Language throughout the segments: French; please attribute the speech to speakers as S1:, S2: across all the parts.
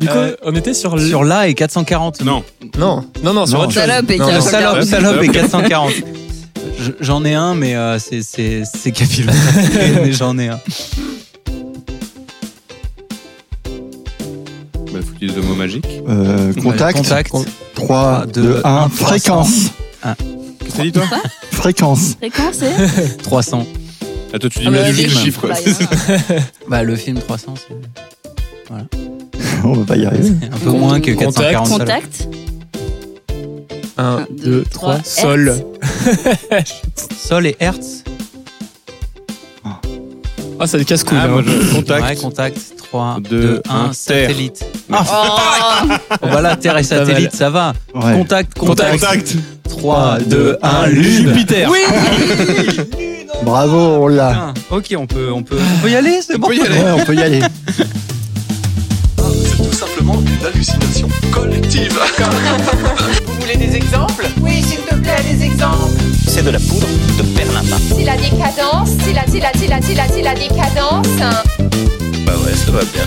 S1: Du coup,
S2: Euh,
S1: on était sur, l-
S3: Sur l'A et 440.
S2: Non.
S4: Non, non, non, sur
S3: Non,
S4: autre chose.
S5: Salope et
S3: Non,
S5: Carole.
S3: salope,
S2: Salope.
S3: salope et 440. Je- J'en ai un, mais euh, c'est- c'est c'est Capilla. mais j'en ai un.
S2: Bah, faut utiliser le mot magique.
S6: Euh, contact,
S3: Contact.
S6: 3, 2, 1. Fréquence.
S2: Qu'est-ce que t'as dit, toi
S6: Ah. Fréquence.
S5: Fréquence, c'est
S3: 300.
S2: Ah, toi, tu dis
S5: Ah,
S2: bien
S5: bah,
S2: du
S5: des
S2: le chiffre, quoi.
S5: Bah, il y en a.
S3: Bah, le film 300, c'est
S6: On va pas y arriver.
S3: c'est un peu moins que
S1: Contact.
S3: 440. salope.
S5: Contact.
S1: 1, 2, 3,
S5: hertz.
S1: sol.
S3: Sol et Hertz.
S1: Ah, ça casse couille
S2: Ah, moi, je-
S3: Ouais,
S2: Contact.
S3: contact. 3,
S2: Deux,
S3: 2, 1.
S2: un, Terre.
S3: Satellite.
S2: Merci.
S5: Oh,
S3: Oh, bah là, Terre et
S1: Pas mal.
S3: satellite, ça va.
S6: Ouais.
S3: Contact, contact.
S2: Contact.
S3: 3, 2, 1, lune.
S1: Jupiter.
S3: Oui
S6: Bravo, on l'a.
S3: Putain, Ok, on peut, on, peut, on peut y aller, c'est bon.
S6: Ouais, on peut y aller.
S7: C'est tout simplement une hallucination collective.
S8: C'est de la poudre de perlimpin.
S9: C'est la décadence, c'est la, c'est la, c'est la, c'est la, c'est la décadence.
S8: Bah ouais, ça va bien.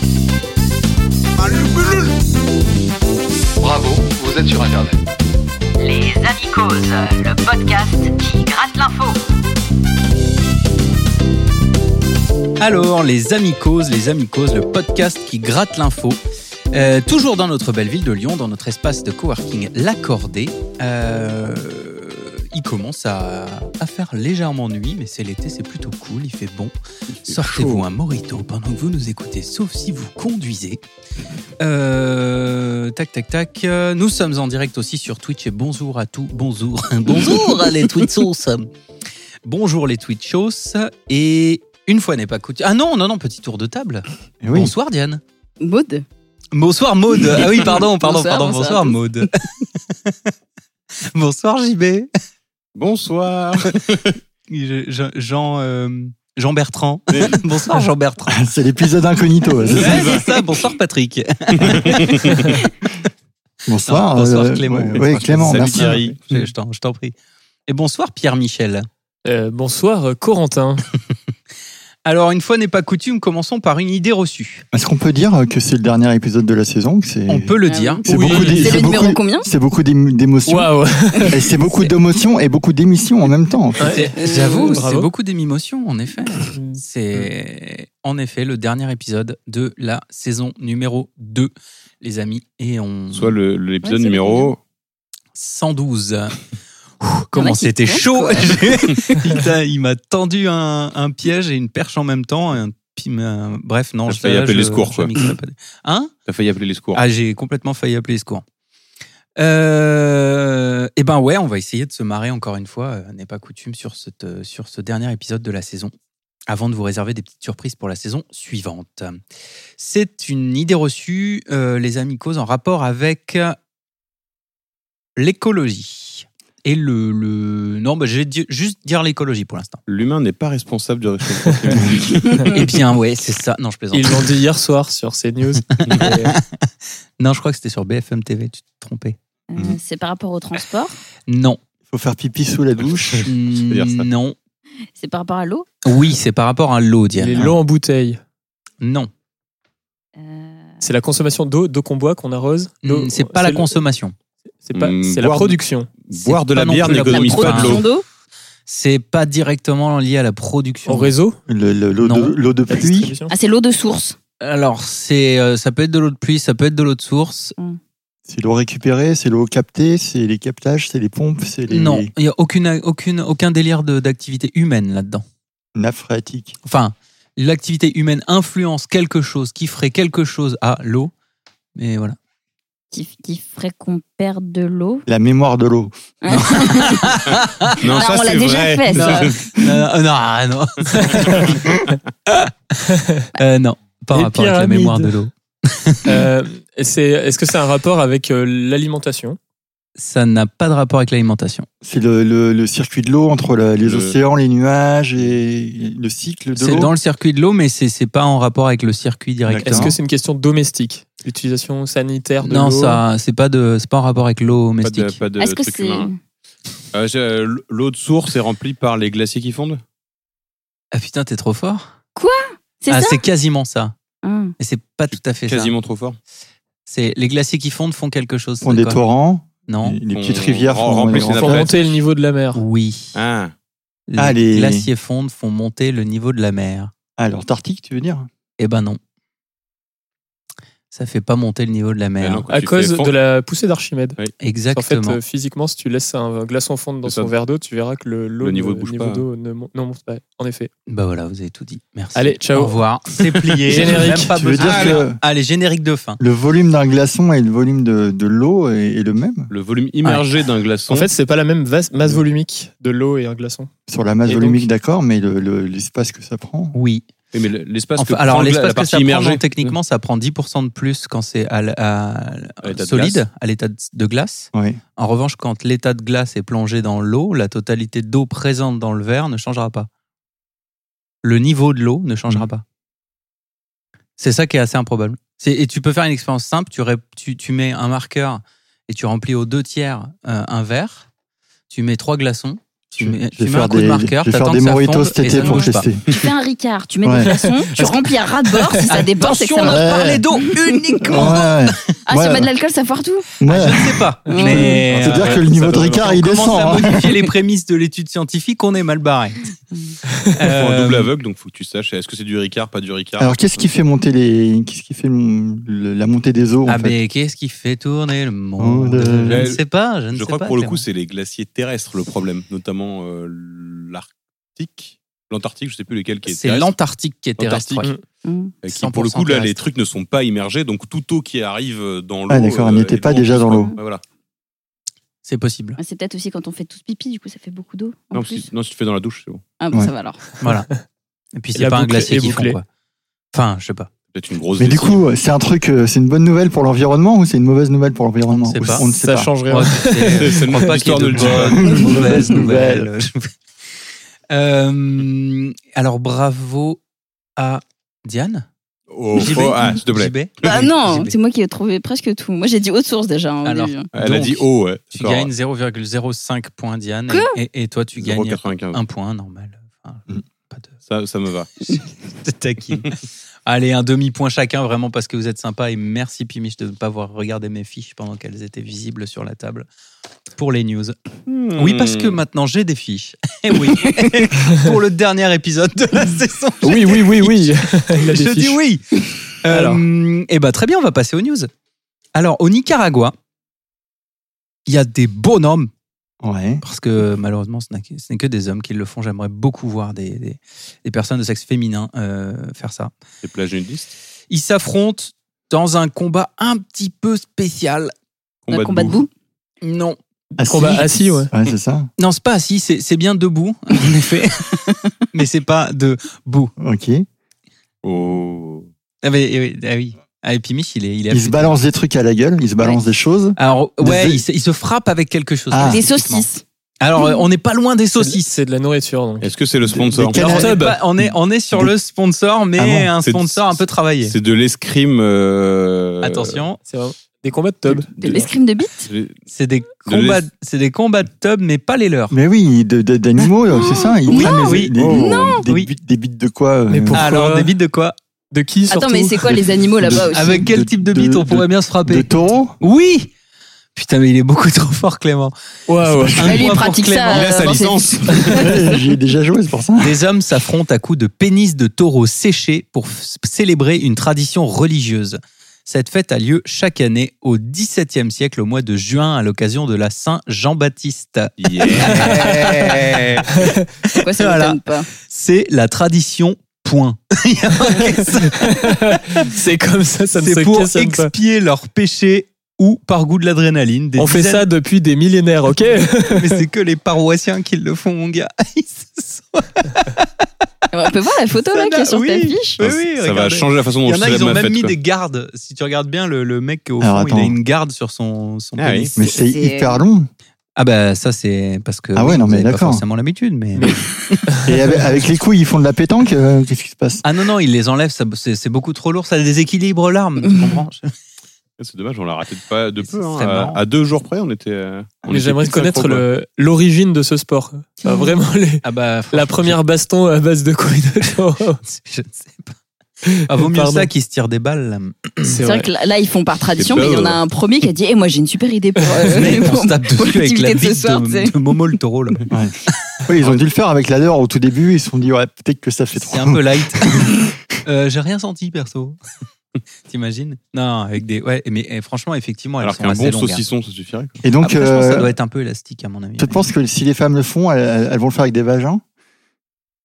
S7: Bravo, vous êtes sur Internet.
S10: Les Amicos, le podcast qui gratte l'info.
S3: Alors, les Amicos, les Amicos, le podcast qui gratte l'info. Euh, toujours dans notre belle ville de Lyon, dans notre espace de coworking L'Accordé. Euh, il commence à, à faire légèrement nuit, mais c'est l'été, c'est plutôt cool, il fait bon. Sortez-vous un morito pendant que vous nous écoutez, sauf si vous conduisez. Euh, tac, tac, tac. Euh, Nous sommes en direct aussi sur Twitch et bonjour à tous. Bonjour. bonjour à les Twitchos. Bonjour les Twitchos. Et une fois n'est pas coutume. Ah non, non, non, petit tour de table.
S6: Eh oui.
S3: Bonsoir Diane.
S5: Maud.
S3: Bonsoir Maude. Ah oui, pardon, pardon,
S5: Bonsoir,
S3: pardon.
S5: bonsoir
S3: Bonsoir,
S5: à
S3: Maude. bonsoir JB.
S2: Bonsoir.
S3: Je- je- Jean, euh, Jean Bertrand.
S2: Oui.
S3: bonsoir Jean Bertrand.
S6: C'est l'épisode incognito. c'est ça
S3: Ouais, c'est ça. Bonsoir Patrick.
S6: Bonsoir.
S3: Non, bonsoir,
S6: euh,
S3: Clément.
S6: ouais,
S3: Bonsoir,
S6: ouais, Clément,
S2: Salut,
S6: merci.
S2: Thierry.
S3: Je, je t'en je t'en prie. Et bonsoir Pierre Michel.
S1: Euh, bonsoir, euh, Corentin.
S3: Alors, une fois n'est pas coutume, commençons par une idée reçue.
S6: Est-ce qu'on peut dire que c'est le dernier épisode de la saison que c'est-
S3: On peut le
S5: Ah
S3: dire.
S6: C'est
S1: Oui.
S6: beaucoup d'é-
S1: C'est
S5: C'est
S6: c'est
S5: le numéro
S6: beaucoup-
S5: combien
S6: c'est beaucoup d'ém- d'émotions.
S1: Waouh.
S6: Et c'est beaucoup d'émotions et beaucoup d'émissions en même temps.
S3: C'est- J'avoue, c'est
S1: Bravo.
S3: beaucoup d'émotion, en effet. C'est en effet le dernier épisode de la saison numéro 2, les amis. Et on.
S2: Soit le- l'épisode
S5: Ouais, c'est
S2: numéro.
S3: 112. Ouh, Comment
S5: qui
S3: c'était
S5: comptent,
S3: chaud
S5: quoi.
S3: Il t'a- Il m'a tendu un, un piège et une perche en même temps. et un pim- un- Bref, non,
S2: T'as
S3: je
S2: failli
S3: là,
S2: appeler
S3: je-
S2: les secours,
S3: je
S2: quoi.
S3: mixerai pas des- Hein
S2: T'as failli appeler les secours.
S3: Ah, j'ai complètement failli appeler les secours. Euh, eh ben ouais, on va essayer de se marrer encore une fois, euh, n'est pas coutume sur, cette, euh, sur ce dernier épisode de la saison, avant de vous réserver des petites surprises pour la saison suivante. C'est une idée reçue, euh, les amicos, en rapport avec l'écologie. Et le... le... Non, bah, je vais di- juste dire l'écologie pour l'instant.
S2: L'humain n'est pas responsable du réchauffement climatique.
S3: Eh bien ouais, c'est ça. Non, je plaisante.
S1: Ils l'ont dit hier soir sur CNews. Mais, euh,
S3: Non, je crois que c'était sur BFM TV, tu te trompais.
S5: Euh, C'est par rapport au transport.
S3: Non.
S6: Il faut faire pipi sous la douche.
S3: hmm,
S2: peux dire ça.
S3: Non.
S5: C'est par rapport à l'eau.
S3: Oui, c'est par rapport à l'eau, Diane.
S1: les lots en bouteille.
S3: Non,
S5: Euh,
S1: C'est la consommation d'eau, d'eau qu'on boit, qu'on arrose. L'eau-
S3: Mm, c'est pas la
S1: le-
S3: consommation.
S1: C'est pas-
S2: Mm,
S1: c'est la
S2: boire-
S1: production.
S2: Boire de la
S3: pas non
S2: bière
S3: plus la
S2: n'économise
S3: production.
S2: pas de l'eau.
S5: production d'eau.
S3: C'est pas directement lié à la production.
S1: Au réseau,
S6: Le- le- L'eau
S3: Non.
S6: de, l'eau de
S1: la
S6: pluie.
S1: distribution.
S5: Ah, c'est l'eau de source.
S3: Alors, c'est, euh, ça peut être de l'eau de pluie, ça peut être de l'eau de source.
S6: C'est l'eau récupérée, c'est l'eau captée, c'est les captages, c'est les pompes, c'est les
S3: Non, il y a aucune, aucune, aucun délire de- d'activité humaine là-dedans.
S6: nappes phréatiques.
S3: Enfin, l'activité humaine influence quelque chose qui ferait quelque chose à l'eau. Mais voilà.
S5: Qui, qui ferait qu'on perde de l'eau.
S6: La mémoire de l'eau.
S2: Non,
S5: Ah,
S2: ça,
S5: on l'a
S2: c'est
S5: déjà
S2: vrai.
S5: fait. ça.
S3: Euh, non, non. Euh, non, pas
S1: Les
S3: rapport avec la
S1: pyramides.
S3: mémoire de l'eau.
S1: Euh, c'est- Est-ce que c'est un rapport avec euh, l'alimentation
S3: Ça n'a pas de rapport avec l'alimentation.
S6: C'est le, le- le circuit de l'eau entre la- les
S2: Le-
S6: océans, les nuages et le cycle de
S3: C'est
S6: l'eau.
S3: dans le circuit de l'eau, mais c'est c'est pas en rapport avec le circuit direct.
S1: Est-ce que c'est une question domestique L'utilisation sanitaire de
S3: Non,
S1: l'eau
S3: ça, c'est pas de, c'est pas en rapport avec l'eau
S2: Pas de,
S3: domestique.
S2: pas de
S5: Est-ce que
S2: truc
S5: c'est
S2: humain. Euh, j'ai- euh, L'eau de source est remplie par les glaciers qui fondent
S3: Ah putain, t'es trop fort.
S5: c'est
S3: Ah,
S5: ça
S3: c'est quasiment ça.
S5: Hum.
S3: Mais c'est pas tout à fait
S2: Quasiment trop fort.
S3: ça. C'est les glaciers qui fondent font quelque chose.
S6: font
S3: c'est
S6: des
S3: quoi
S6: torrents,
S3: Non.
S6: les les
S2: On-
S6: petites rivières
S2: on
S6: font-
S2: remplit ses
S6: en fait,
S1: Faut
S2: Après-
S1: monter le niveau de la mer.
S3: Oui.
S2: Ah,
S3: Les
S6: Ah, les-
S3: glaciers fondent font monter le niveau de la mer.
S6: Ah, l'Antarctique, tu veux dire
S3: Eh ben non. Ça fait pas monter le niveau de la mer.
S2: Ben non, quand
S1: À
S2: tu
S1: cause
S2: fais fondre-
S1: de la poussée d'archimède. En fait,
S3: Exactement.
S1: euh, physiquement, si tu laisses un glaçon fondre dans
S2: C'est ça.
S1: son verre d'eau, tu verras que le, l'eau
S2: Le
S1: ne-
S2: niveau bouge pas.
S1: d'eau ne, mon- non, monte pas. En effet.
S3: Bah voilà, vous avez tout dit. Merci.
S1: Allez, ciao.
S3: Au revoir. C'est plié.
S1: Générique.
S3: Même pas
S6: Tu veux
S3: besoin.
S6: dire
S3: Ah,
S6: que
S3: Allez, générique de fin.
S6: le volume d'un glaçon et le volume de, de l'eau est, est le même
S2: le volume immergé d'un glaçon.
S1: En fait, c'est pas la même vas- masse volumique de l'eau et un glaçon.
S6: Sur la masse
S1: Et donc-
S6: volumique, d'accord, mais le- le- l'espace que ça prend.
S3: Oui.
S2: Oui, mais le- l'espace
S3: Enfin,
S2: que
S3: alors
S2: prend la-
S3: l'espace
S2: la
S3: que
S2: partie
S3: ça prend,
S2: immergée.
S3: non, techniquement, ça prend 10% de plus quand c'est à l- à-
S2: À l'état de
S3: solide,
S2: glace.
S3: à l'état de- de glace.
S6: Ouais.
S3: En revanche, quand l'état de glace est plongé dans l'eau, la totalité d'eau présente dans le verre ne changera pas. Le niveau de l'eau ne changera
S6: Mm.
S3: pas. C'est ça qui est assez improbable. C'est- Et tu peux faire une expérience simple. Tu, ré- tu- tu mets un marqueur et tu remplis aux deux tiers euh, un verre. Tu mets trois glaçons. Tu
S6: Je-
S3: mets,
S6: je vais
S3: tu mets
S6: faire
S3: un coup de
S6: des-
S3: marqueur.
S6: Je vais faire
S3: t'attends
S6: des
S3: que ça
S6: moritos
S3: fonde
S6: cet
S3: et ça
S6: été
S3: ne
S6: pour
S3: bouge pas.
S6: tester.
S5: Tu fais un ricard, tu mets
S6: Ouais.
S5: des glaçons, tu remplis un ras de bord, si ça dépense et que
S3: Attention,
S5: ça
S3: on
S5: marche.
S3: a
S6: Ouais.
S3: parlé d'eau
S6: Ouais,
S3: uniquement.
S6: ouais.
S5: Ah,
S6: Ouais.
S5: c'est pas de l'alcool, ça foire tout.
S6: Ouais.
S3: Je ne sais pas.
S5: Ouais.
S3: Mais
S6: C'est-à-dire
S3: euh,
S6: que le niveau de
S1: ça
S6: Ricard, il
S3: on commence
S6: descend.
S3: à
S6: hein.
S3: modifier les prémices de l'étude scientifique, on est mal barré.
S2: Faut un
S3: Euh,
S2: double aveugle, donc faut que tu saches est-ce que c'est du Ricard, pas du Ricard.
S6: Alors, qu'est-ce qui fait monter les, qu'est-ce qui fait le- le- la montée des eaux en
S3: Ah
S6: fait
S3: mais qu'est-ce qui fait tourner le monde
S6: Oh,
S3: Je
S2: euh,
S3: ne sais pas, je ne
S2: Je
S3: sais
S2: crois
S3: pas,
S2: que pour le
S3: Clément.
S2: coup, c'est les glaciers terrestres le problème, notamment euh, l'Arctique, l'Antarctique, je sais plus lesquels qui est
S3: c'est
S2: terrestre.
S3: l'Antarctique qui est terrestre.
S2: Antarctique.
S3: ouais.
S5: Hum.
S2: euh, Qui, pour le coup,
S3: 100%
S2: là, les
S3: terrestre.
S2: trucs ne sont pas immergés, donc toute eau qui arrive euh, dans l'eau.
S6: Ah, d'accord, elle
S2: euh,
S6: n'était
S2: est
S6: pas déjà dans l'eau.
S2: Ouais, voilà.
S3: C'est possible.
S5: Ah, C'est peut-être aussi quand on fait tous pipi, du coup, ça fait beaucoup d'eau. en
S2: Non,
S5: plus.
S2: si, non, si tu fais dans la douche, c'est bon.
S5: Ah bon,
S6: Ouais.
S5: ça va alors.
S3: Voilà. Et puis c'est
S1: La
S3: pas un
S1: boucle
S3: glacier
S1: est
S3: qui fond
S1: bouclée.
S3: quoi. Enfin, je sais pas.
S2: Peut-être une grosse.
S6: Mais du
S2: vessie.
S6: coup, c'est un truc, euh, c'est une bonne nouvelle pour l'environnement ou c'est une mauvaise nouvelle pour l'environnement
S3: On ne sait
S6: Ou-
S3: pas.
S6: On ne sait
S1: Ça
S6: pas.
S1: change rien.
S3: Ouais, c'est- je
S2: C'est
S3: crois
S2: le-
S3: pas qu'il y ait de
S2: l'histoire
S6: ne le
S3: bonnes
S6: dit pas.
S3: nouvelles.
S6: Mauvaise nouvelle.
S3: nouvelles. Euh, alors bravo à Diane.
S2: Oh,
S3: JB.
S2: oh, ah, s'il te plaît.
S3: JB.
S5: Bah non,
S3: JB.
S5: c'est moi qui ai trouvé presque tout. Moi j'ai dit haute source déjà. hein, au
S3: Alors,
S5: début.
S2: Elle a
S3: Donc,
S2: dit oh, ouais.
S3: Tu
S2: D'accord.
S3: gagnes 0,05 points, Diane. et, et toi, tu gagnes
S2: 0,95.
S3: un point normal. Enfin,
S2: Ça, ça me va.
S3: je te taquine. Allez, un demi-point chacun, vraiment, parce que vous êtes sympa. Et merci, Pimich, de ne pas avoir regardé mes fiches pendant qu'elles étaient visibles sur la table pour les news.
S1: Hmm.
S3: Oui, parce que maintenant, j'ai des fiches. Et oui, pour le dernier épisode de la saison.
S1: Hmm. Oui, oui, oui, oui. Il a des
S3: Je dis
S1: fiches.
S3: oui.
S1: Alors.
S3: et ben très bien, on va passer aux news. Alors au Nicaragua, il y a des bonhommes
S6: Ouais.
S3: parce que malheureusement, ce n'a- ce n'est que des hommes qui le font. J'aimerais beaucoup voir des, des- des personnes de sexe féminin euh, faire ça.
S2: Les plages nudistes.
S3: Ils s'affrontent dans un combat un petit peu spécial.
S5: Un combat
S2: boue.
S5: debout.
S3: Non,
S6: Assis.
S1: Combat assis, ouais.
S6: Ouais, c'est ça.
S3: non, c'est pas assis, c'est c'est bien debout, en effet, mais c'est pas debout.
S6: Ok.
S2: Oh.
S3: Ah, mais- eh oui, ah oui. Ah, et puis Mich, il est, il est
S6: Ils se
S3: affûté.
S6: balancent des trucs à la gueule, ils se balancent des choses.
S3: Alors ouais,
S6: Des-
S3: il se, il se frappe avec quelque chose.
S6: Ah.
S5: Des
S3: spécifiquement.
S5: saucisses.
S3: Alors euh, on n'est pas loin des
S1: C'est-
S3: saucisses.
S1: C'est de la nourriture. Donc.
S2: Est-ce que c'est le sponsor
S6: Des
S3: Alors, on,
S6: canards.
S3: est pas- on est on est sur le sponsor, mais
S6: Ah
S3: un
S2: C'est-
S3: sponsor un peu travaillé.
S2: C'est de l'escrime. euh,
S3: Attention.
S1: C'est vraiment des combats de tub.
S5: De l'escrime de bite.
S2: de-
S3: C'est des combats, c'est des combats de tub, mais pas les leurs.
S6: Mais oui, de- de- d'animaux, euh, c'est ça. Ils
S3: Oui,
S6: prennent les-
S3: oui.
S6: des,
S3: Non.
S6: des
S3: Oui.
S6: bites- des bites de quoi euh,
S1: Mais pourquoi
S3: Alors, des bites de quoi
S1: De qui surtout
S5: Attends, mais c'est quoi les animaux là-bas
S6: De-
S5: aussi
S3: Avec quel
S6: de-
S3: type de
S6: de-
S3: bite on
S6: de-
S3: pourrait bien se frapper
S6: De taureaux
S3: Oui Putain, mais il est beaucoup trop fort, Clément.
S1: Waouh.
S3: Un
S5: Bah, lui,
S3: point
S5: il
S3: pour
S5: pratique
S3: Clément.
S5: ça. euh, dans ses-
S6: Ouais, J'y ai déjà joué, c'est pour ça.
S3: Des hommes s'affrontent à coups de pénis de taureau séchés pour f- célébrer une tradition religieuse. Cette fête a lieu chaque année au XVIIe siècle, au mois de juin, à l'occasion de la Saint Jean-Baptiste.
S6: Eh.
S2: Yeah.
S5: Pourquoi ça
S3: Voilà.
S5: m'étonne pas
S3: C'est la tradition point. Il y a marqué ça.
S1: C'est comme ça, ça ne se
S3: C'est pour
S1: questionne pas.
S3: expier leurs péchés ou par goût de l'adrénaline. Des
S1: On fait
S3: dizaines-
S1: ça depuis des millénaires, ok
S3: mais c'est que les paroissiens qui le font, mon gars. Ils se sont-
S5: Eh ben, On peut voir la photo là
S3: Ça
S5: qui est sur
S3: n'a-
S5: ta
S3: oui.
S5: fiche
S3: Oui,
S2: Ça-
S3: oui,
S2: ça va
S3: regardez.
S2: changer la façon dont
S3: Il y
S2: je
S3: en a,
S2: célèbre
S3: ils ont
S2: ma
S3: même
S2: fête.
S3: mis
S2: quoi.
S3: des gardes. Si tu regardes bien, le, le mec au fond,
S6: Alors,
S3: il a
S6: attends.
S3: une garde sur son, son
S2: Ah oui.
S3: pénis.
S6: Mais c'est
S5: C'est-
S6: hyper long.
S3: Ah bah ça, c'est parce que
S6: Ah ouais,
S3: oui,
S6: non,
S3: vous
S6: mais
S3: avez pas
S6: d'accord.
S3: forcément l'habitude. Mais...
S6: Et avec, avec les couilles, ils font de la pétanque. euh, Qu'est-ce qui se passe
S3: Ah non, non, il les enlève, ça- c'est c'est beaucoup trop lourd, ça déséquilibre l'arme, tu comprends
S2: Ah, C'est dommage, on l'a raté de, pas, de
S3: Mais
S2: peu.
S3: c'est
S2: hein.
S3: très
S2: À-
S3: marrant.
S2: À, deux jours près, on était. euh, on
S1: Mais
S2: était
S1: j'aimerais
S2: plus de cinq
S1: connaître
S2: fois, quoi.
S1: le- l'origine de ce sport. Enfin, vraiment, les-
S3: Ah bah, franchement,
S1: la première baston à base de couilles de taureau.
S3: je- je ne sais pas. Ah, vaut mieux
S1: Pardon.
S3: ça qui se tire des balles.
S1: C'est
S5: C'est
S1: vrai.
S5: vrai que là, là, ils font par tradition,
S2: pas,
S5: mais il y en a un premier qui a dit Eh, Moi, j'ai une super idée pour, euh,
S3: Mais on
S5: pour-
S3: se tape
S5: pour
S3: dessus avec la
S5: l'activité de
S3: bite
S5: ce soir. tu sais.
S3: de, de Momo le taureau. là. Ah.
S6: Oui, ils ont dû le faire avec l'adeur au tout début. Ils se sont dit, ouais, peut-être que ça fait trop.
S3: C'est un peu light. Euh, J'ai rien senti perso. T'imagines Non, avec des. Ouais, mais eh, franchement, effectivement, elles
S2: Alors
S3: sont
S2: qu'un
S3: assez
S2: bon
S3: longues. hein.
S2: saucisson, ça suffirait. quoi.
S6: Et donc,
S3: Après, Ah, je pense que ça
S6: euh,
S3: doit être un peu élastique à mon avis.
S6: tu te penses que si les femmes le font, elles, elles- elles vont le faire avec des vagins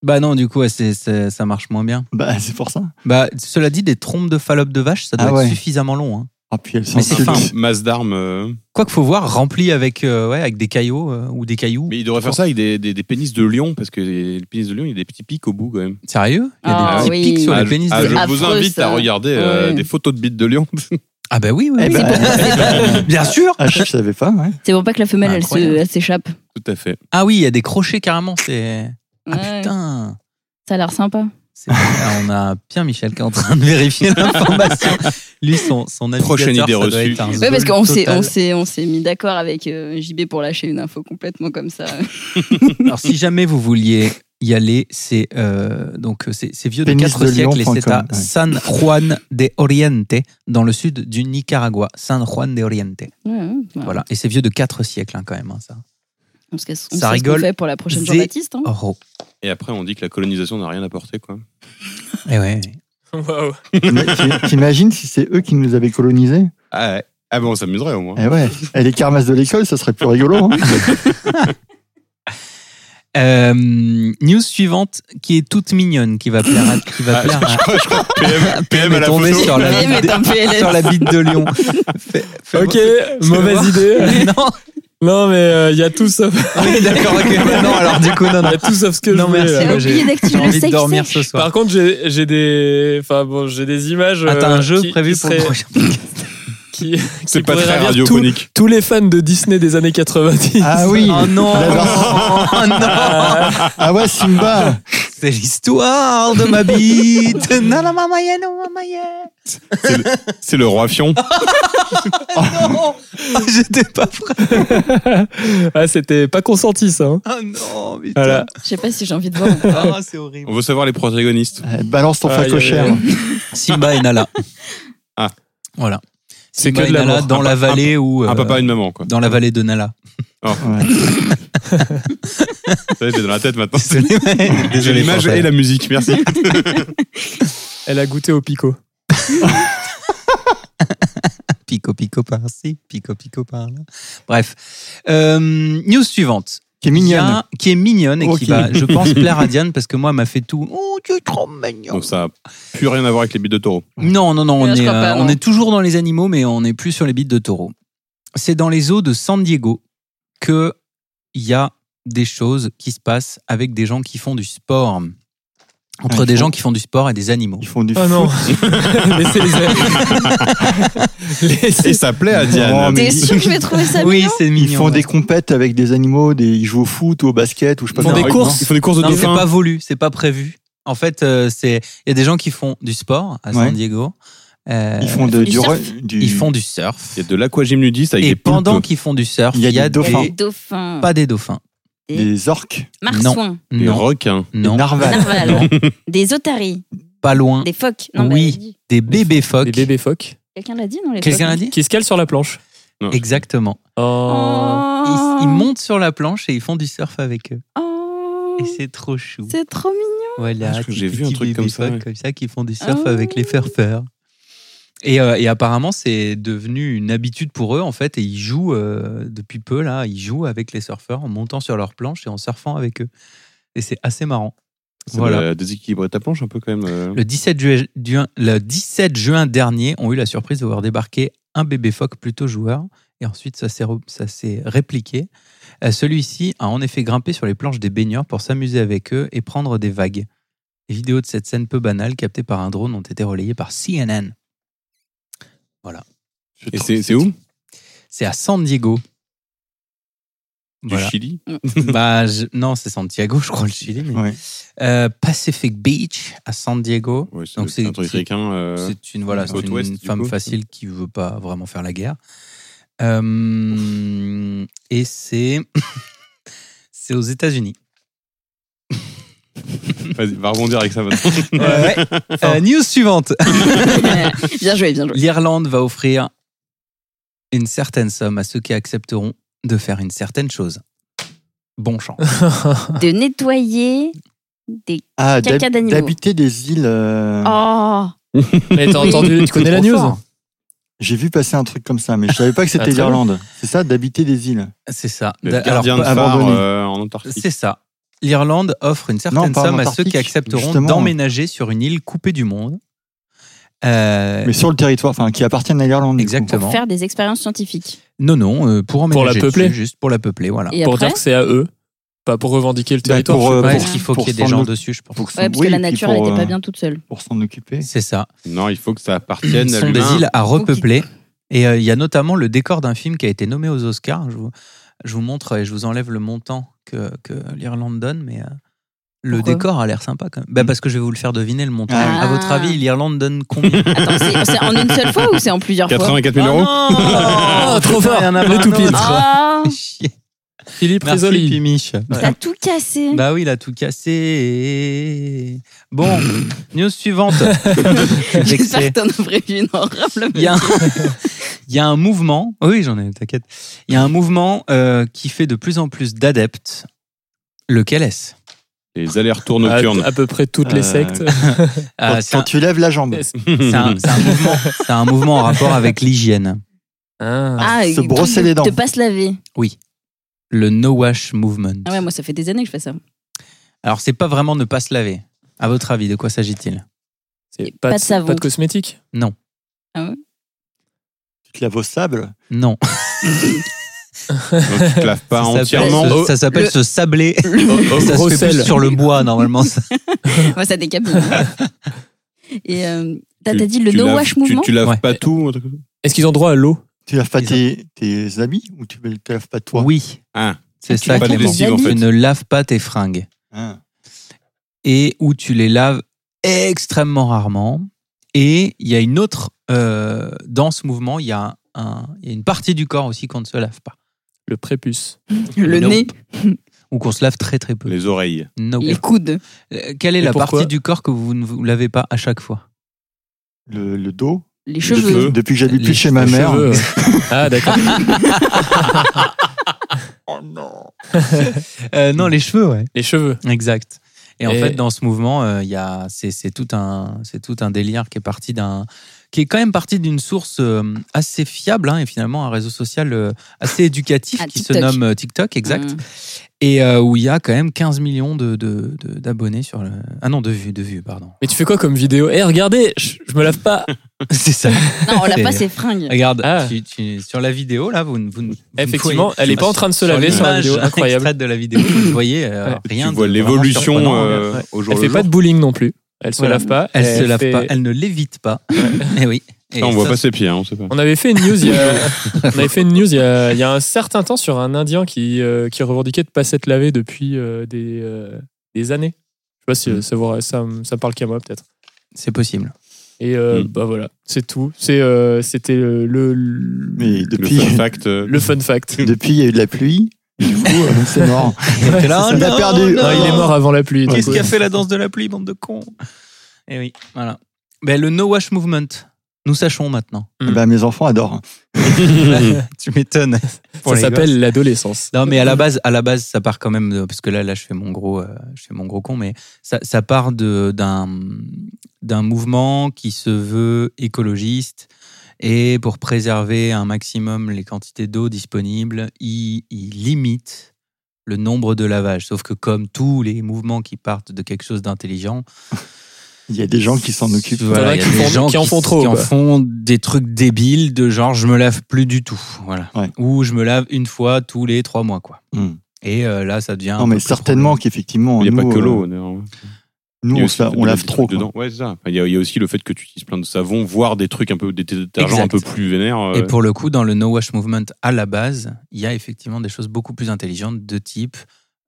S3: Bah non, du coup, ouais, c'est- c'est- ça marche moins bien.
S6: Bah, c'est pour ça.
S3: Bah cela dit, des trompes de fallope de vache, ça doit
S6: Ah
S3: être
S6: ouais.
S3: suffisamment long. hein.
S6: Ah, puis elles
S3: Mais
S6: sont
S3: c'est
S6: toutes-
S3: fin.
S2: Masse d'armes. euh,
S3: Quoi qu'il faut voir, rempli avec euh, ouais, avec des caillots euh, ou des cailloux.
S2: Mais il devrait faire ça avec des, des- des pénis de lion, parce que les les pénis de lion, il y a des petits pics au bout quand même.
S3: Sérieux Il y a
S5: Ah
S3: des petits
S5: oui.
S3: pics sur
S2: Ah,
S3: les pénis.
S2: ah,
S3: des-
S2: je
S3: Ah,
S2: vous
S5: affreux,
S2: invite
S5: ça.
S2: à regarder euh,
S5: Ouais.
S2: des photos de bites de lion.
S3: bah oui, oui,
S6: Eh
S3: oui.
S6: ben,
S3: bien sûr.
S6: ah, je savais pas, ouais.
S5: C'est pour pas que la femelle, elle se-
S3: Incroyable.
S5: elle s'échappe.
S2: Tout à fait.
S3: Ah oui, il y a des crochets carrément. C'est ah
S5: Ouais,
S3: putain.
S5: Ça a l'air sympa.
S3: C'est- Ah, on a Pierre Michel qui est en train de vérifier l'information. Lui, son, son navigateur,
S2: Prochaine idée
S3: ça doit
S2: reçue.
S3: être un
S5: Ouais, parce
S3: zol
S5: qu'on s'est,
S3: total.
S5: on s'est, on s'est mis d'accord avec euh, JB pour lâcher une info complètement comme ça.
S3: Alors, si jamais vous vouliez y aller, c'est euh, donc c'est c'est vieux de
S6: Pénis
S3: 4
S6: de
S3: siècles et
S6: lion.com,
S3: c'est à
S6: ouais.
S3: San Juan de Oriente, dans le sud du Nicaragua. San Juan de Oriente.
S5: Ouais, ouais,
S3: Voilà. Et c'est vieux de 4 siècles, hein, quand même, hein, ça. Oh,
S5: On se casse- on
S3: Ça
S5: sait ce qu'on
S3: rigole.
S5: fait pour la prochaine
S3: Zé-
S5: Jean-Baptiste. hein.
S3: Oro.
S2: Et après, on dit que la colonisation n'a rien apporté, quoi.
S3: Eh ouais.
S1: Waouh.
S6: T'ima- t'im- T'imagines si c'est eux qui nous avaient colonisés
S2: Ah, ouais. ah ben, on s'amuserait au moins.
S6: Eh ouais. Et les carmasses de l'école, ça serait plus rigolo. hein.
S3: Euh, news suivante qui est toute mignonne, qui va plaire à, qui va
S2: Ah,
S3: plaire à-
S2: PM, PM à
S3: est
S2: la
S3: tombée
S2: photo.
S3: sur la,
S5: Mais
S3: bite
S5: t'es un
S3: de,
S5: PLS.
S3: sur la bite de Lyon.
S1: Ok,
S3: fais voir.
S1: mauvaise idée.
S3: non,
S1: Non, mais euh, il y a tout sauf,
S3: oui, d'accord, ok. Non, alors du coup, non,
S1: il
S3: non.
S1: y a tout sauf ce que
S3: Non,
S1: je voulais.
S3: merci.
S1: là.
S5: J'ai
S3: moi,
S5: oublié d'activer
S3: J'ai
S5: le
S3: envie de
S5: safe
S3: dormir
S5: sexe.
S3: ce soir.
S1: Par contre, j'ai j'ai des, enfin bon, j'ai des images.
S3: Ah, t'as
S1: euh,
S3: un jeu
S1: qui-
S3: prévu
S1: qui
S3: pour le
S1: seraient-
S3: prochain
S1: qui,
S2: C'est
S1: qui
S2: pas
S1: pourraient
S2: très
S1: ravir
S2: radiophonique.
S1: tous- Tous les fans de Disney des années 90.
S6: Ah oui.
S3: Oh non
S6: La version-
S3: Oh non
S6: Ah ouais, Simba.
S3: C'est l'histoire de ma bite Non, non, maman, yeah, non, maman, yeah.
S2: C'est le- C'est le roi Fion.
S3: Non Ah, J'étais pas prêt
S1: Ah, c'était pas consenti ça. hein.
S3: Oh non, putain
S1: Voilà.
S5: Je sais pas si j'ai envie de voir.
S3: Ah, c'est horrible.
S2: On veut savoir les protagonistes.
S6: Euh, Balance ton
S1: Ah, y
S6: facochère.
S1: avait-
S3: Simba et Nala.
S2: Ah.
S3: Voilà.
S1: C'est
S3: Simba
S1: que
S3: et
S1: de la
S3: Nala
S1: mort.
S3: dans la
S2: pa-
S3: vallée où...
S2: Un
S3: euh,
S2: papa et une maman, quoi.
S3: Dans la vallée de Nala.
S6: hein. Ouais.
S2: Ça, j'ai dans la tête maintenant.
S3: Désolé.
S2: J'ai
S3: Désolé,
S2: l'image
S3: Chantal.
S2: et la musique, merci.
S1: Elle a goûté au picot.
S3: Pico, pico par-ci, pico, pico par-là. Bref. Euh, news suivante.
S6: Qui est
S3: Il y a-
S6: mignonne.
S3: qui est mignonne et qui
S6: Ok.
S3: va, je pense, plaire à Diane parce que moi, elle m'a fait tout. Oh, tu es trop mignon.
S2: Donc ça n'a plus rien à voir avec les bites de taureau.
S3: Non, non, non, on,
S5: Non, je
S3: est,
S5: crois pas,
S3: euh, on
S5: non.
S3: est toujours dans les animaux, mais on n'est plus sur les bites de taureau. C'est dans les eaux de San Diego qu'il y a des choses qui se passent avec des gens qui font du sport. Entre
S6: Ah, ils
S3: des
S6: font-
S3: gens qui font du sport et des animaux.
S6: Ils font du
S1: Oh non. Laissez les.
S2: Et
S1: Laissez-
S2: ça plaît à
S6: Oh,
S2: Diane.
S5: T'es
S6: mais-
S5: sûr que je vais trouver ça
S3: Oui,
S5: mignon
S3: c'est mignon.
S6: Ils font
S3: ouais.
S6: des compètes avec des animaux, des, ils jouent au foot ou au basket ou je sais pas
S1: Ils font
S6: quoi.
S1: des courses.
S2: Ils font des courses de
S3: Non, mais c'est
S2: dauphins.
S3: pas voulu, c'est pas prévu. En fait, euh, c'est il y a des gens qui font du sport à San
S6: Ouais.
S3: Diego. euh,
S6: Ils font de-
S5: Ils
S6: du,
S5: surfent.
S6: re- du-
S3: ils font du surf.
S2: Il y a de l'aquagym nudiste avec
S3: Et
S2: des
S3: pendant
S2: poulpes,
S3: qu'ils font du surf,
S6: Il y a des dauphins.
S5: Des dauphins.
S3: pas des dauphins.
S6: des orques,
S5: Marsouins.
S2: des
S3: Non,
S2: requins.
S6: des
S3: non,
S6: narvals.
S5: Narval.
S3: non,
S5: Des otaries.
S3: pas loin.
S5: Des phoques. Non, mais
S3: Oui.
S5: elle dit.
S3: Des bébés phoques.
S1: Les bébés phoques
S5: Quelqu'un l'a dit dans les
S3: Quelqu'un l'a
S5: phoques
S3: dit
S1: qui se calent sur la planche.
S3: Exactement.
S1: Oh.
S5: Oh.
S3: Ils, ils montent sur la planche et ils font du surf avec eux.
S5: Oh.
S3: Et c'est trop chou.
S5: C'est trop mignon.
S3: Voilà,
S2: Ah, je crois que
S3: des
S2: j'ai vu un
S3: petits
S2: truc
S3: bébés
S2: comme ça,
S3: phoques
S2: ouais.
S3: comme ça qui font du surf
S5: Ah.
S3: avec les surfeurs. Et, euh, et apparemment, c'est devenu une habitude pour eux en fait. Et ils jouent euh, depuis peu là. Ils jouent avec les surfeurs en montant sur leur planche et en surfant avec eux. Et c'est assez marrant.
S2: Ça
S3: Voilà.
S2: doit déséquilibrer ta planche un peu quand même. euh.
S3: Le 17, juillet- juin, le 17 juin dernier, on a eu la surprise de voir débarquer un bébé phoque plutôt joueur. Et ensuite, ça s'est re- ça s'est répliqué. Euh, Celui-ci a en effet grimpé sur les planches des baigneurs pour s'amuser avec eux et prendre des vagues. Les vidéos de cette scène peu banale captées par un drone ont été relayées par CNN.
S2: Et c'est c'est où
S3: C'est à San Diego.
S2: Du
S3: Voilà.
S2: Chili
S3: Bah, je- non, c'est Santiago, je crois, le Chili. mais-
S6: Ouais.
S3: Euh, Pacific Beach à San Diego.
S2: Ouais, c'est
S3: Donc c'est-
S2: un truc
S3: c'est-
S2: ricain. euh,
S3: C'est une, voilà, c'est
S2: côte
S3: une
S2: ouest, du
S3: femme
S2: coup.
S3: facile qui veut pas vraiment faire la guerre. Euh, et c'est c'est aux États-Unis.
S2: Vas-y, va rebondir avec ça maintenant.
S3: Ouais. Euh, news suivante.
S5: bien joué, bien joué.
S3: L'Irlande va offrir une certaine somme à ceux qui accepteront de faire une certaine chose. Bon chant.
S5: De nettoyer des.
S6: Ah,
S5: Caca
S6: d'hab-
S5: d'animaux.
S6: d'habiter des îles. euh,
S5: Oh
S1: Mais t'as entendu, tu connais la
S3: Trop
S1: news
S3: fort.
S6: J'ai vu passer un truc comme ça, mais je savais pas que
S1: Ah,
S6: c'était
S1: très bien.
S6: l'Irlande. C'est ça, d'habiter des îles.
S3: C'est ça.
S2: Le
S3: Da- ah,
S2: gardien
S6: alors,
S2: de phare
S6: abandonné.
S2: euh, en Antarctique.
S3: C'est ça. L'Irlande offre une certaine
S6: Non, pas en
S3: somme à ceux
S6: Antarctique,
S3: qui accepteront
S6: justement.
S3: d'emménager sur une île coupée du monde. Euh,
S6: Mais sur le territoire, enfin, qui appartiennent à l'Irlande. du coup.
S3: exactement.
S5: Faire des expériences scientifiques.
S3: Non, non, euh, pour emménager.
S1: la peupler.
S3: dessus, Juste pour la peupler, voilà.
S5: Et
S1: Pour
S5: après
S1: dire que c'est à eux, pas pour revendiquer le
S6: Bah,
S1: territoire.
S6: pour,
S1: je sais
S6: euh,
S1: pas.
S3: Ouais,
S6: pour-
S3: parce qu'il faut
S6: pour
S3: qu'il y ait des
S6: s'en
S3: gens
S6: oc-
S3: dessus, je pense.
S6: Pour que-
S5: Ouais, parce
S6: oui,
S5: que la
S6: et puis
S5: nature,
S6: pour,
S5: elle n'était
S6: euh,
S5: pas bien toute seule.
S6: Pour s'en occuper.
S3: C'est ça.
S2: Non, il faut que ça appartienne
S3: Ce
S2: à
S3: sont des
S2: l'humain.
S3: îles à repeupler. Et euh, il y a notamment le décor d'un film qui a été nommé aux Oscars. Je vous, je vous montre et je vous enlève le montant que, que l'Irlande donne, mais euh, le
S5: Pourquoi
S3: décor a l'air sympa quand même. Bah, parce que je vais vous le faire deviner le montant.
S6: Ah
S5: oui.
S3: À votre
S5: Ah.
S3: avis, l'Irlande donne combien
S5: Attends, c'est c'est en une seule fois ou c'est en plusieurs fois
S2: 84 000 euros
S1: Ah, trop
S3: Putain,
S1: fort.
S3: il y en a
S1: Le
S3: pas un
S1: tout
S3: autre.
S1: pile.
S5: Ah
S3: Chier.
S1: Philippe
S3: Merci,
S1: Risoli.
S3: Pimiche.
S5: T'as tout cassé.
S3: Bah oui, il a tout cassé. Bon, news suivante. Je suis
S5: J'espère
S3: vexé.
S5: que t'en as prévu une horrible.
S3: Il y, a un, il y a un mouvement, oh oui j'en ai, t'inquiète, il y a un mouvement euh, qui fait de plus en plus d'adeptes. Lequel est-ce
S2: Les allers-retours
S3: Ah,
S1: À,
S2: nocturnes.
S1: à peu près toutes les
S6: Euh,
S1: sectes.
S3: Euh,
S6: Quand-
S3: C'est
S6: quand
S3: un,
S6: tu lèves la jambe.
S3: c'est un- c'est un mouvement- c'est un mouvement en rapport avec l'hygiène.
S1: Ah.
S5: Ah,
S6: se
S5: et
S6: brosser
S5: de-
S6: les dents.
S5: De pas se laver.
S3: Le no wash movement.
S5: Ah ouais, moi ça fait des années que je fais ça.
S3: Alors c'est pas vraiment ne pas se laver. À votre avis, de quoi s'agit-il
S1: C'est
S5: pas de savon.
S1: Pas de cosmétique.
S6: Tu te laves au sable.
S3: Non.
S2: Donc, tu te laves
S3: Ça
S2: pas
S3: s'appelle
S2: entièrement.
S3: se- Ça s'appelle
S5: Le-
S3: se sabler. ça
S1: Gros
S3: se fait plus
S1: sel.
S3: sur le bois normalement. ça.
S5: Moi ça décapine. Et euh, t'as
S2: Tu-
S5: t'as dit le
S2: tu
S5: no
S2: laves-
S5: wash
S2: tu-
S5: movement
S2: Tu laves
S3: Ouais.
S2: pas tout un truc comme ça
S1: Est-ce qu'ils ont droit à l'eau
S6: Tu laves pas
S3: Ils ont-
S6: tes, tes habits ou tu te laves pas toi
S3: Oui.
S2: Ah.
S3: C'est
S5: Tu
S3: ça,
S5: laves pas tes
S3: Clément.
S5: lessives, en
S3: Tu
S5: fait.
S3: ne laves pas tes fringues
S6: Hein.
S3: et où tu les laves extrêmement rarement. Et il y a une autre, euh, dans ce mouvement, il y, a un- il y a une partie du corps aussi qu'on ne se lave pas
S1: Le prépuce.
S5: Le
S3: Nope.
S5: nez,
S3: ou qu'on se lave très très peu.
S2: Les oreilles.
S3: Nope.
S5: les coudes.
S3: Euh, Quelle est la
S1: pourquoi
S3: partie du corps que vous ne vous lavez pas à chaque fois
S6: Le, le dos.
S5: Les
S2: cheveux.
S5: cheveux. Mmh.
S6: Depuis que j'habite
S3: Les
S6: plus chez ma
S1: Les
S6: mère.
S1: cheveux, euh. Ah, d'accord.
S3: Euh, Non, les cheveux, ouais.
S1: Les cheveux.
S3: Exact. Et, en
S1: Et-
S3: fait, dans ce mouvement, euh, il y a, c'est, c'est tout un, c'est tout un délire qui est parti d'un, qui est quand même parti d'une source euh, assez fiable hein, et finalement un réseau social euh, assez éducatif
S5: Ah,
S3: qui se
S5: TikTok.
S3: nomme euh, TikTok, exact,
S5: Hum.
S3: et euh, où il y a quand même 15 millions de, de- de- d'abonnés sur le, ah non de vues, de vues, pardon.
S1: Mais tu fais quoi comme vidéo Eh, regardez, je, je me lave pas.
S3: c'est ça.
S5: Non, on l'a
S3: C'est-
S5: pas, c'est fringues.
S3: Regarde,
S1: Ah.
S3: tu- tu- sur la vidéo là, vous, ne- vous, ne- vous ne
S1: Effectivement,
S3: voyez-
S1: elle est pas en train de se laver sur la
S3: l'image
S1: vidéo. Incroyable.
S3: extraite de la vidéo, vous ne voyez euh,
S1: Ouais.
S3: rien.
S2: tu vois
S3: de vraiment
S2: l'évolution
S3: surprenant.
S2: euh, au jour
S1: Elle fait
S2: le
S1: pas de
S2: jour.
S1: bowling non plus. Elle se
S3: Voilà.
S1: lave pas.
S3: Elle se lave
S1: fait-
S3: pas, elle ne l'évite pas. Eh oui. Et
S2: Ça, on voit
S3: ça,
S2: pas ses pieds, hein, on sait pas.
S1: On avait fait une news il y a, on avait fait une news il y a, il y a un certain temps sur un Indien qui, euh, qui revendiquait de pas s'être lavé depuis euh, des, euh, des années. Je sais pas si
S3: Hmm.
S1: euh, ça, vous- ça, me- ça me parle qu'à moi peut-être.
S3: C'est possible.
S1: Et euh,
S3: Hmm.
S2: Mm.
S1: bah voilà, c'est tout. C'est, euh, c'était le, le,
S6: Mais
S2: Le
S6: depuis,
S2: fun fact. euh,
S1: le fun fact.
S6: depuis, il y a eu de la pluie. Du coup, euh, c'est mort.
S3: T'es là, Ah,
S6: Il a
S3: non,
S6: perdu.
S3: non.
S1: Non, il est mort avant la pluie.
S3: Qu'est-ce
S1: donc,
S3: qui a
S1: ouais.
S3: fait la danse de la pluie, bande de cons Eh oui, voilà. Ben, le No Wash Movement, nous sachons maintenant.
S1: Mm.
S6: Bah, mes enfants adorent.
S3: tu m'étonnes. Pour
S1: Ça
S3: les gosses.
S1: s'appelle l'adolescence.
S3: Non, mais à la base, à la base, ça part quand même de- parce que là, là, je fais mon gros, euh, je fais mon gros con, mais ça, ça part de d'un d'un mouvement qui se veut écologiste et pour préserver un maximum les quantités d'eau disponibles, il, il limite le nombre de lavages. Sauf que comme tous les mouvements qui partent de quelque chose d'intelligent,
S6: Il y a des gens qui s'en occupent.
S3: Voilà,
S1: Il
S3: il y a
S1: y en a qui
S3: des
S1: font-
S3: gens
S1: qui en font trop,
S3: Qui en
S1: quoi.
S3: font des trucs débiles de genre je me lave plus du tout. Voilà.
S6: Ouais.
S3: Ou je me lave une fois tous les trois mois, quoi.
S6: Hmm.
S3: Et euh, là, ça devient. un
S6: Non,
S3: peu
S6: mais
S3: plus
S6: certainement
S2: Il
S6: qu'effectivement,
S2: n'y a
S6: nous,
S2: pas que
S6: euh,
S2: l'eau. d'ailleurs. Il
S6: nous
S2: y a
S6: on,
S2: aussi
S6: sa-
S2: le fait
S6: on
S2: de
S6: lave
S2: mettre des
S6: trop.
S2: trucs
S6: quoi.
S2: dedans. Ouais, c'est ça. Enfin, Il y, a- il y a aussi le fait que tu utilises plein de savon, voire des trucs un peu des détergents un
S3: Exact.
S2: peu plus vénères. euh,
S3: Et pour le coup, dans le No Wash Movement, à la base, il y a effectivement des choses beaucoup plus intelligentes de type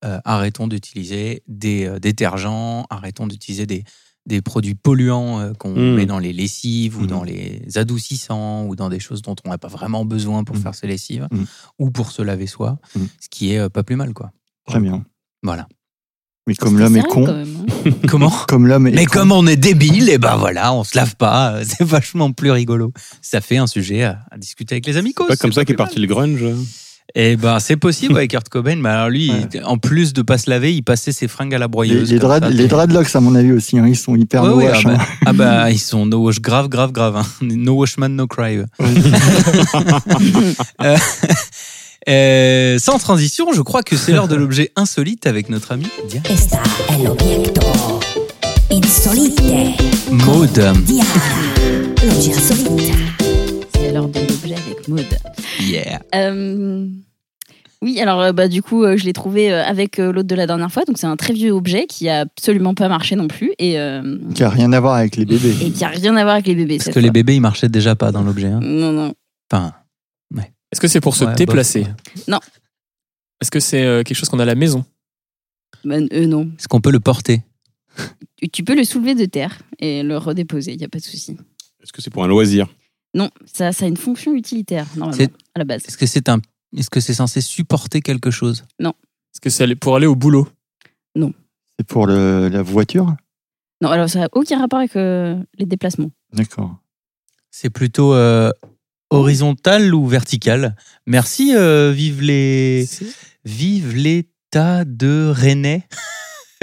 S3: euh, arrêtons d'utiliser des euh, détergents, arrêtons d'utiliser des, des produits polluants euh, qu'on
S2: Mm.
S3: met dans les lessives ou
S2: Hmm.
S6: Mm.
S3: dans les adoucissants ou dans des choses dont on n'a pas vraiment besoin pour
S2: Hmm.
S6: Mm.
S3: faire ses lessives
S6: Mm.
S3: ou pour se laver soi,
S6: Mm.
S3: ce qui est euh, pas plus mal, quoi.
S6: Très bien.
S3: Voilà.
S6: Mais comme l'homme est
S5: Sérieux, quand
S6: con.
S5: même, hein.
S3: Comment
S6: Comme l'homme est
S3: Mais
S6: con.
S3: comme on est débile, et ben voilà, on se lave pas. euh, C'est vachement plus rigolo. Ça fait un sujet à, à discuter avec les amicos.
S2: Pas comme ça
S3: qui
S2: qu'est parti le grunge.
S3: Eh ben, c'est possible avec Kurt Cobain. Mais alors lui, il- en plus de pas se laver, il passait ses fringues à la
S6: les,
S3: broyeuse.
S6: les,
S3: comme ça.
S6: dread- les dreadlocks, à mon avis aussi, hein, ils sont hyper
S3: Ouais,
S6: no
S3: ouais,
S6: wash,
S3: ah,
S6: hein.
S3: bah, ah bah, ils sont no wash grave, grave, grave. hein. No washman, no cry. eux. Euh, euh, sans transition, je crois que c'est l'heure de l'objet insolite avec notre ami Dia.
S4: Esta è l'obietto insolite.
S3: Maude.
S4: Dia. L'objet insolite.
S5: C'est l'heure de l'objet avec Maud.
S3: Yeah.
S5: Euh, Oui, alors euh, bah, du coup, euh, je l'ai trouvé euh, avec euh, l'autre de la dernière fois. Donc, c'est un très vieux objet qui a absolument pas marché non plus et, euh,
S6: qui a rien à voir avec les bébés.
S5: et qui a rien à voir avec les bébés.
S3: Parce
S5: cette
S3: que les
S5: fois.
S3: bébés, ils marchaient déjà pas dans l'objet. hein.
S5: Non, non.
S3: Enfin,
S1: Est-ce que c'est pour se
S3: Ouais,
S1: déplacer
S3: bof,
S5: Non.
S1: Est-ce que c'est euh, quelque chose qu'on a à la maison
S5: Bah, euh, non.
S3: est-ce qu'on peut le porter
S5: Tu peux le soulever de terre et le redéposer, il n'y a pas de souci.
S2: Est-ce que c'est pour un loisir
S5: Non, ça, ça a une fonction utilitaire, normalement,
S3: C'est-
S5: à la base.
S3: Est-ce que c'est un est-ce que c'est censé supporter quelque chose
S1: Est-ce que c'est aller- pour aller au boulot
S6: C'est pour le- la voiture
S5: Non, alors ça n'a aucun rapport avec euh, les déplacements.
S6: D'accord.
S3: C'est plutôt euh, horizontal ou vertical Merci, euh, vive les vive l'état de Rennais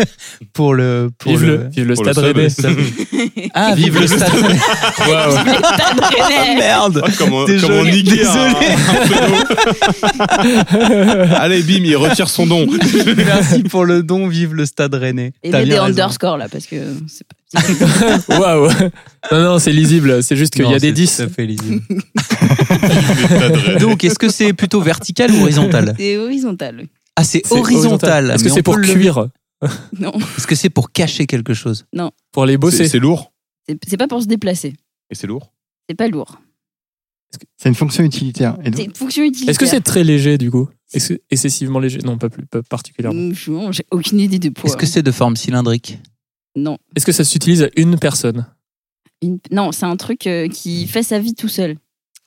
S3: pour le pour
S1: Vive le,
S3: le-
S1: vive le
S2: pour le
S1: stade Rennais.
S2: sub.
S3: Ah, vive le stade. Rennais.
S1: Waouh.
S3: Ah, merde.
S2: Oh, comme on,
S3: Désolé,
S2: comme on niquait un-
S3: désolé.
S2: un pseudo. Allez, bim, il retire son don.
S3: Merci pour le don, vive le stade Rennais.
S5: Et
S3: T'as
S5: mets des
S3: bien raison.
S5: underscores là, parce que c'est pas. c'est pas-
S1: Waouh. Non, non, c'est lisible. C'est juste qu'il
S3: Non,
S1: y a des
S3: c'est
S1: 10.
S3: tout à fait lisible. Donc, est-ce que c'est plutôt vertical ou horizontal
S5: C'est horizontal. oui.
S3: Ah, c'est
S1: C'est
S3: horizontal.
S1: Est-ce
S3: mais
S1: que
S3: on
S1: c'est pour
S3: peut le-
S1: cuire
S5: Non,
S3: Est-ce que c'est pour cacher quelque chose
S1: Pour les bosser
S2: C'est c'est lourd.
S5: c'est c'est pas pour se déplacer.
S2: Et c'est lourd.
S5: C'est pas lourd.
S6: C'est une fonction utilitaire. Et donc-
S5: C'est une fonction utilitaire.
S1: Est-ce que c'est très léger du coup Est-ce que- Excessivement léger Non, pas, plus, pas particulièrement.
S5: Mmh, franchement, J'ai aucune idée de poids.
S3: Est-ce que c'est de forme cylindrique
S5: Non.
S3: Mm.
S1: Est-ce que ça s'utilise à une personne
S5: Une- Non, c'est un truc euh, qui fait sa vie tout seul.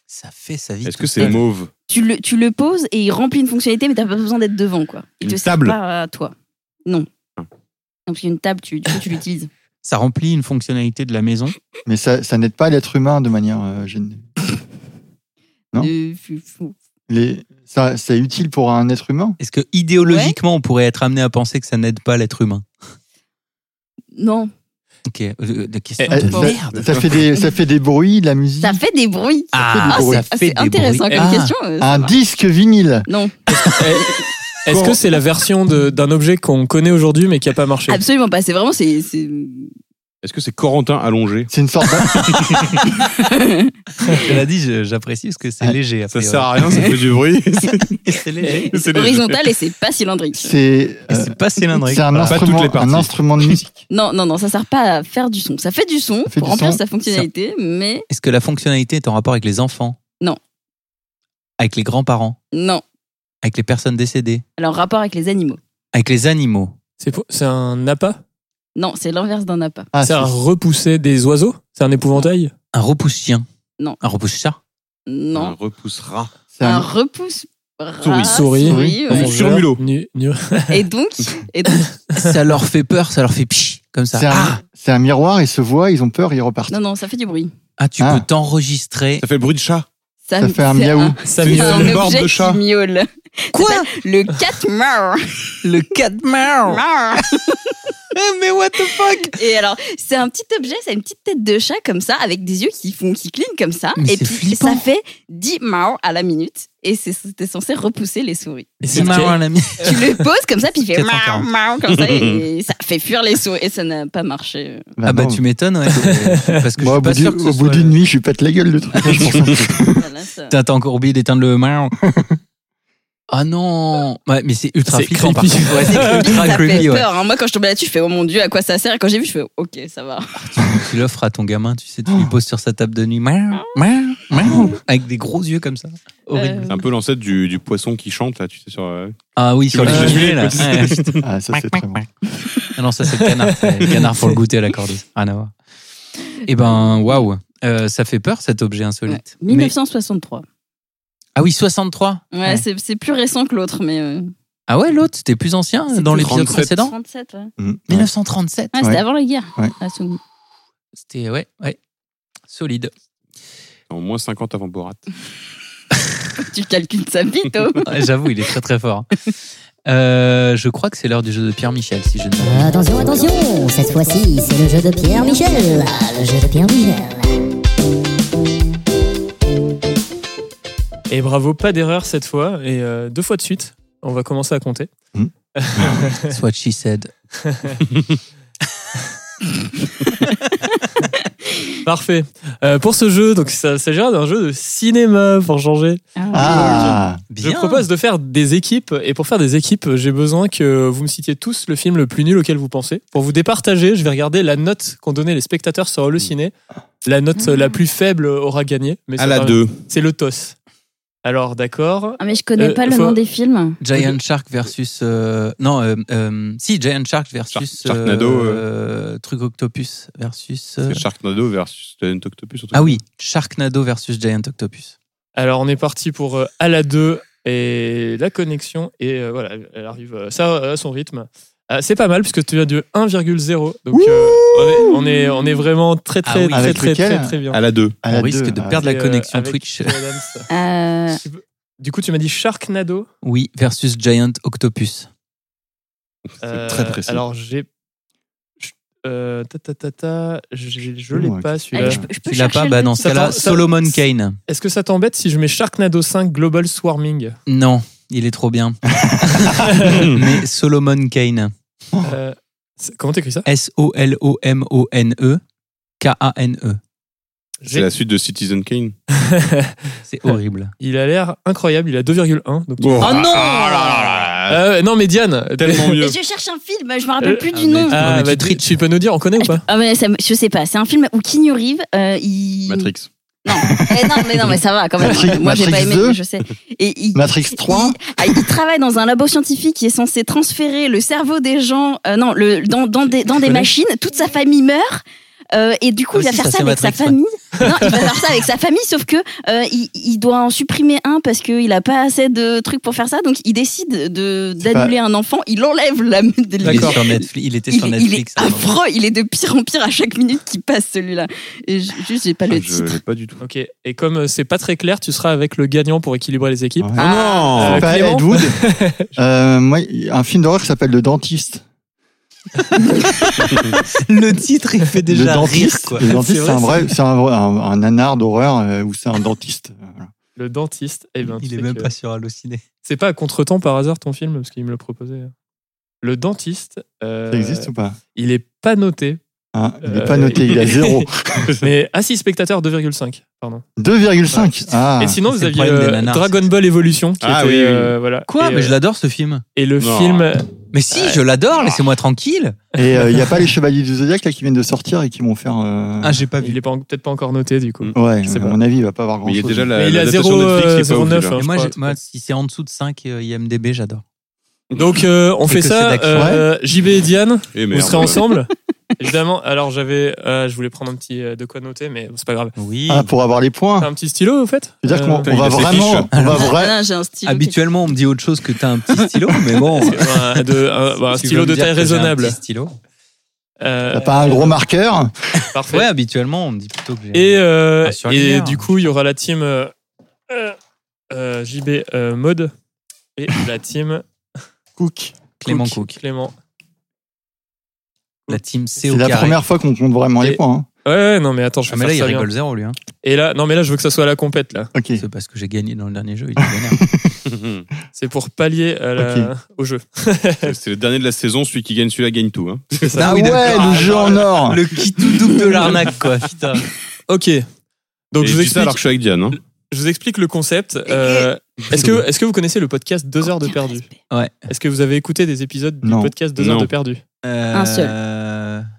S3: Ça fait sa vie.
S2: Est-ce
S3: tout
S2: que c'est
S3: seul.
S2: mauve
S5: Tu le, tu le poses et il remplit une fonctionnalité, mais t'as pas besoin d'être devant, quoi. Il
S2: Une
S5: te sert
S2: table
S5: pas à toi. Non. Donc, une table, tu, du coup, tu l'utilises.
S3: Ça remplit une fonctionnalité de la maison.
S6: Mais ça, ça n'aide pas l'être humain de manière euh, gén- Non.
S5: Euh, fou- fou.
S6: Les... Ça, c'est utile pour un être humain
S3: Est-ce que idéologiquement, on pourrait être amené à penser que ça n'aide pas l'être humain
S5: Non.
S3: Ok, euh, de question
S6: Eh,
S3: de
S6: ça-
S3: merde.
S6: ça fait, des, ça fait des bruits, de la musique.
S5: Ah, bah Ça fait des bruits.
S3: Ah,
S5: Ah,
S6: bruits.
S3: ça
S5: c'est- ah,
S3: fait
S5: c'est
S3: des bruits.
S5: intéressant comme
S3: Ah,
S5: question. euh, ça
S6: Un
S5: marche.
S6: disque vinyle
S5: Non,
S1: Eh, Est-ce
S6: Bon.
S1: que c'est la version de- d'un objet qu'on connaît aujourd'hui mais qui n'a pas marché
S5: absolument pas. C'est vraiment. c'est c'est-
S2: Est-ce que c'est Corentin allongé
S6: C'est une sorte d'a-
S3: Cela dit, je- j'apprécie parce que c'est
S6: Ouais.
S3: léger. a
S2: Ça
S3: priori.
S2: sert à rien, ça fait du bruit.
S3: C'est léger.
S2: C'est
S5: c'est
S2: des-
S5: horizontal et c'est pas cylindrique.
S6: C'est
S3: Et
S6: euh,
S3: C'est pas cylindrique.
S6: c'est un,
S2: Pas toutes les
S6: instrument,
S2: parties.
S6: un instrument de musique.
S5: Non, non, non, ça sert pas à faire du son. Ça fait du son
S6: Ça fait
S5: pour
S6: du
S5: remplir
S6: son.
S5: sa fonctionnalité, mais
S3: Est-ce que la fonctionnalité est en rapport avec les enfants
S5: Non.
S3: Avec les grands-parents
S5: non.
S3: Avec les personnes décédées
S5: Alors, rapport avec les animaux.
S3: Avec les animaux
S1: C'est pour- C'est un appât
S5: Non, c'est l'inverse d'un appât.
S6: Ah,
S1: C'est à
S6: c'est-
S1: repousser des oiseaux C'est un épouvantail
S3: Un repousse-chien
S5: Non.
S3: Un repousse-chat
S2: Un
S5: Non.
S2: repoussera.
S6: c'est
S5: un
S6: Ah. un-
S5: repousse.
S2: Souris.
S1: Ah, Souris.
S5: ouais.
S1: Mangeur,
S2: surmulot.
S1: nu- nu-
S5: Et donc, et donc-
S3: Ça leur fait peur, ça leur fait pchi, comme ça.
S6: c'est un,
S3: Ah,
S6: c'est un miroir, ils se voient, ils ont peur, ils repartent.
S5: non, non, ça fait du bruit.
S3: Ah, tu
S6: Ah.
S3: peux t'enregistrer.
S2: Ça fait le bruit de chat.
S6: Ça fait un
S5: c'est
S6: miaou.
S1: Ça
S5: c'est
S1: miaule.
S5: un
S2: Une barbe
S5: objet
S2: de chat.
S5: qui miaule.
S3: Quoi
S5: Le cat
S3: Le catmar Mais what the fuck
S5: Et alors, c'est un petit objet, c'est une petite tête de chat comme ça, avec des yeux qui font, qui clignent comme ça.
S3: Mais
S5: et
S3: c'est
S5: puis,
S3: flippant.
S5: ça fait 10 mao à la minute. Et c'est- c'était censé repousser les souris.
S1: Et
S3: C'est
S1: c'est
S3: marrant, la mienne.
S5: tu le poses comme ça, puis il fait mao,
S3: 440.
S5: mao comme ça, et ça fait fuir les souris. Et ça n'a pas marché.
S6: Bah
S3: Ah bah
S6: non.
S3: tu m'étonnes, ouais. Parce que
S6: Moi,
S3: je suis pas
S6: au bout du-
S3: sûr que ce
S6: au bout
S3: soit-
S6: d'une nuit, je pète la gueule le truc. Je pense.
S5: Voilà, ça-
S3: Putain, T'as encore oublié d'éteindre le main. Ah non Ouais, mais c'est ultra
S1: C'est
S3: flippant par
S1: creepy.
S3: contre. Ouais, c'est ultra
S5: ça fait
S3: creepy, ouais.
S5: peur. hein. Moi, quand je tombais là-dessus, je fais oh mon dieu, à quoi ça sert Et quand j'ai vu, je fais ok, ça va.
S3: Tu l'offres à ton gamin, tu sais, tu lui poses sur sa table de nuit. Miaou, miaou, miaou, Avec des gros yeux comme ça. Horrible.
S5: Euh,
S2: C'est un peu l'ancêtre du, du poisson qui chante, là, tu sais, sur. euh,
S3: Ah oui, sur
S2: Tu
S3: les
S2: vois,
S1: je
S3: genouillers, là.
S2: vais
S3: Ouais.
S6: Ah, ça, c'est très bon.
S3: Ah non, ça c'est le canard. C'est le canard pour le goûter à la corde. Rien à voir. Eh ben, waouh. Euh, ça fait peur cet objet insolite. Mais-
S5: 1963.
S3: Ah oui, 63
S5: Ouais, c'est- c'est plus récent que l'autre, mais euh,
S3: Ah ouais, l'autre, c'était plus ancien
S5: C'était
S3: dans l'épisode
S2: 37.
S3: précédent
S5: 37, ouais.
S6: Mm.
S3: 1937.
S5: Ah, c'était
S6: Ouais.
S5: avant la guerre.
S6: Ouais.
S5: Ah, c'est-
S3: C'était, ouais, ouais. Solide.
S2: En moins 50 avant Borat.
S5: tu calcules ça vite, oh.
S3: Ouais, J'avoue, il est très très fort. hein. Euh, je crois que c'est l'heure du jeu de Pierre Michel, si je ne m'abuse.
S4: Attention, attention, cette fois-ci, c'est le jeu de Pierre Michel. Ah, Le jeu de Pierre Michel.
S1: Et bravo, pas d'erreur cette fois, et euh, deux fois de suite. On va commencer à compter.
S3: That's what she said.
S1: Parfait. Euh, pour ce jeu, donc ça s'agira d'un jeu de cinéma pour changer.
S6: Ah,
S3: Bien.
S1: Je propose de faire des équipes, et pour faire des équipes, j'ai besoin que vous me citiez tous le film le plus nul auquel vous pensez. Pour vous départager, je vais regarder la note qu'ont donnée les spectateurs sur le ciné. La note euh, la plus faible aura gagné. Mais
S2: À
S1: ça
S2: la
S1: va-
S2: 2.
S1: C'est le TOS. Alors, d'accord.
S5: Ah, mais je connais
S1: Euh,
S5: pas le
S1: faut-
S5: nom des films.
S3: Giant Shark versus. euh, non, euh, euh, si, Giant Shark versus.
S2: Shark- Sharknado,
S3: euh, Truc Octopus versus. euh,
S2: C'est Sharknado versus Giant Octopus. un truc
S3: ah
S2: comme
S3: oui, Sharknado versus Giant Octopus.
S1: Alors, on est parti pour euh, à la 2 et la connexion. Et euh, voilà, elle arrive euh, ça euh, à son rythme. Euh, c'est pas mal puisque tu as du 1,0. Donc, euh, on, est, on, est, on est vraiment très,
S3: Ah
S1: très,
S3: oui.
S1: très,
S6: Avec
S1: très,
S6: lequel
S1: très, très bien.
S2: ça. À la 2.
S6: à
S3: On
S6: la
S3: risque
S6: deux.
S3: de
S6: Ah,
S3: perdre la
S1: Et, euh,
S3: connexion
S1: avec
S3: Twitch.
S1: Joe Adams.
S5: Euh,
S1: Du coup, tu m'as dit Sharknado.
S3: Oui, versus Giant Octopus.
S1: Euh,
S2: très précis.
S1: Alors, j'ai. je- euh, ta, ta, ta, ta, j'ai- je
S6: Oh,
S1: l'ai
S6: ok.
S1: pas
S5: allez,
S1: celui-là.
S5: je, peux- je peux
S3: Tu l'as
S5: chercher
S3: pas
S5: le
S3: Bah,
S5: nom.
S3: dans ce
S1: Ça
S3: cas-là,
S1: tend- ça-
S3: Solomon Kane.
S1: Est-ce que ça t'embête si je mets Sharknado 5 Global Swarming
S3: Non, il est trop bien. Mais Solomon Kane.
S1: Euh, c'est- Comment t'écris ça
S3: S-O-L-O-M-O-N-E. K-A-N-E.
S2: C'est la suite de Citizen Kane.
S3: C'est horrible.
S1: Il a l'air incroyable, il a 2,1. donc-
S2: Oh,
S3: non Ah.
S1: Euh, non, mais Diane,
S2: Tellement mieux.
S5: Je cherche un film, je me rappelle
S1: Euh,
S5: plus du
S3: ah,
S5: nom.
S3: mais-
S1: Ah,
S3: Ouais, tu
S1: bah, tu,
S3: triches.
S1: tu peux nous dire, on connaît ou pas
S5: Ah, mais ça me- je sais pas, c'est un film où Keanu Reeves, euh, il.
S2: Matrix.
S5: Non. Eh non, mais non, mais ça va quand même.
S6: Matrix-
S5: Moi, j'ai pas
S6: Matrix
S5: aimé,
S6: 2.
S5: je sais. Et il,
S6: Matrix 3
S5: Il, ah, il travaille dans un labo scientifique qui est censé transférer le cerveau des gens, euh, non, le, dans, dans des, dans des
S1: connais.
S5: machines. Toute sa famille meurt. euh, et du coup,
S3: Ah
S5: il va
S3: si,
S5: faire
S3: ça,
S5: ça,
S3: c'est
S5: avec
S3: Matrix,
S5: sa
S3: ouais.
S5: famille. Non, il va faire ça avec sa famille, sauf que euh, il, il doit en supprimer un parce qu'il a pas assez de trucs pour faire ça. Donc, il décide de
S6: C'est
S5: d'annuler un enfant. Il enlève la. de-
S3: Il, est sur Netflix- il était
S5: Il,
S3: sur
S5: il
S3: Netflix.
S5: est
S3: à un moment.
S5: affreux. Il est de pire en pire à chaque minute qui passe celui-là. Et ju- juste, j'ai pas le
S2: Ah, Je
S5: titre.
S2: l'ai pas du tout.
S1: Ok, et comme euh, c'est pas très clair, tu seras avec le gagnant pour équilibrer les équipes.
S6: Ouais.
S2: Oh
S1: Euh,
S6: C'est pas
S1: Clément
S6: Ed Wood. Euh, moi, il y a un film d'horreur qui s'appelle Le Dentiste.
S3: Le titre, il fait
S6: le
S3: déjà rire.
S6: dentiste,
S3: Quoi.
S6: le dentiste,
S1: C'est
S6: c'est un
S1: vrai,
S6: vrai, c'est un, vrai- un, un nanar d'horreur euh, où c'est un dentiste. Voilà.
S1: Le dentiste, eh ben, tu
S3: Ah. Il est
S1: sais
S3: même
S1: que-
S3: pas sur Allociné.
S1: c'est pas à contre-temps par hasard ton film, parce qu'il me le proposait. Le dentiste, euh,
S6: Ça existe ou pas
S1: il est pas noté,
S6: Hein, Il est
S1: euh,
S6: pas noté, il a
S1: il-
S6: 0.
S1: mais ah si, spectateur 2,5, pardon.
S6: 2,5. Ah,
S1: et sinon, vous
S3: c'est le
S1: aviez
S3: problème des
S1: euh,
S3: nanars,
S1: Dragon Ball Evolution, qui
S2: Ah
S1: était,
S2: oui, oui.
S1: euh, voilà.
S3: Quoi
S1: et,
S3: Mais
S1: euh,
S3: je l'adore ce film.
S1: et le
S2: Non.
S1: film,
S3: Mais si, je l'adore, laissez-moi tranquille.
S6: Et euh, il n'y a pas les Chevaliers du Zodiac là, qui viennent de sortir et qui vont faire. euh,
S3: Ah, j'ai pas vu.
S1: il est pas en- peut-être pas encore noté du coup.
S2: Mm.
S6: ouais,
S1: je sais
S6: à
S1: pas.
S6: mon avis, il va pas avoir
S2: Mais
S6: grand
S2: il y a
S6: chose.
S2: déjà
S1: Mais
S2: la,
S1: il
S2: la
S1: a
S2: datation
S1: 0,
S2: Netflix qui est pas ouf,
S1: 0,9,
S2: déjà.
S1: hein.
S3: Mais moi,
S1: je
S3: j'ai-
S1: crois,
S3: moi,
S1: ouais.
S3: si c'est en dessous de 5 euh, IMDB, j'adore.
S1: Donc euh, on
S3: Quelque
S1: fait
S3: chose
S1: ça,
S3: d'action.
S1: euh, JB et Diane,
S2: Eh
S1: vous
S2: merde.
S1: serez ensemble Évidemment, alors j'avais, euh, je voulais prendre un petit euh, de quoi noter, mais c'est pas grave.
S3: Oui.
S6: Ah, pour avoir les points.
S1: T'as un petit stylo au fait
S6: C'est-à-dire
S1: Euh,
S6: qu'on
S2: putain,
S6: on
S2: il
S6: va
S2: a ses
S6: vraiment.
S2: fiches.
S6: On va
S5: Ah,
S6: vra-
S5: non, j'ai un stylo.
S3: Habituellement, on me dit autre chose que t'as un petit stylo, mais bon.
S1: parce que, euh, un de- un- bah, un
S3: Si tu
S1: stylo
S3: veux
S1: de
S3: me dire
S1: taille
S3: que j'ai un
S1: raisonnable.
S3: petit stylo.
S1: Euh,
S6: T'as pas un gros marqueur
S1: Parfait.
S3: Ouais, habituellement, on me dit plutôt que j'ai.
S1: Et, euh,
S3: Ah, sur la
S1: et
S3: lumière.
S1: du coup, il y aura la team euh, euh, JB euh, Mode et la team
S6: Cook.
S3: Clément Cook.
S1: Clément.
S3: La team C
S6: C'est
S3: au
S6: la
S3: carré.
S6: première fois qu'on compte vraiment
S1: Et-
S6: les points. hein.
S1: Ouais, ouais, non, mais attends, je
S3: Ah,
S1: vais
S3: mais
S1: faire
S3: là, il
S1: ça bien.
S3: rigole zéro, lui. Hein.
S1: Et là, non, mais là, je veux que ça soit à la compète, là.
S6: Ok.
S3: C'est parce que j'ai gagné dans le dernier jeu. Il est vénère.
S1: C'est pour pallier à la- au jeu.
S2: C'est- C'est le dernier de la saison, celui qui gagne, celui-là gagne tout. hein.
S3: Ah
S6: Ah
S3: oui,
S6: ouais,
S3: d'accord.
S6: le jeu en or.
S3: Le qui tout double de l'arnaque, quoi. Putain.
S1: Ok. Donc,
S2: Et je
S1: je vous,
S2: dis ça
S1: explique,
S2: alors que je suis avec Diane. hein.
S1: je vous explique le concept. Euh, Est-ce que, est que vous connaissez le podcast 2 heures de perdu
S3: Ouais.
S1: Est-ce que vous avez écouté des épisodes du
S6: Non.
S1: podcast 2 heures
S2: Non.
S1: de perdu
S3: Un
S5: seul.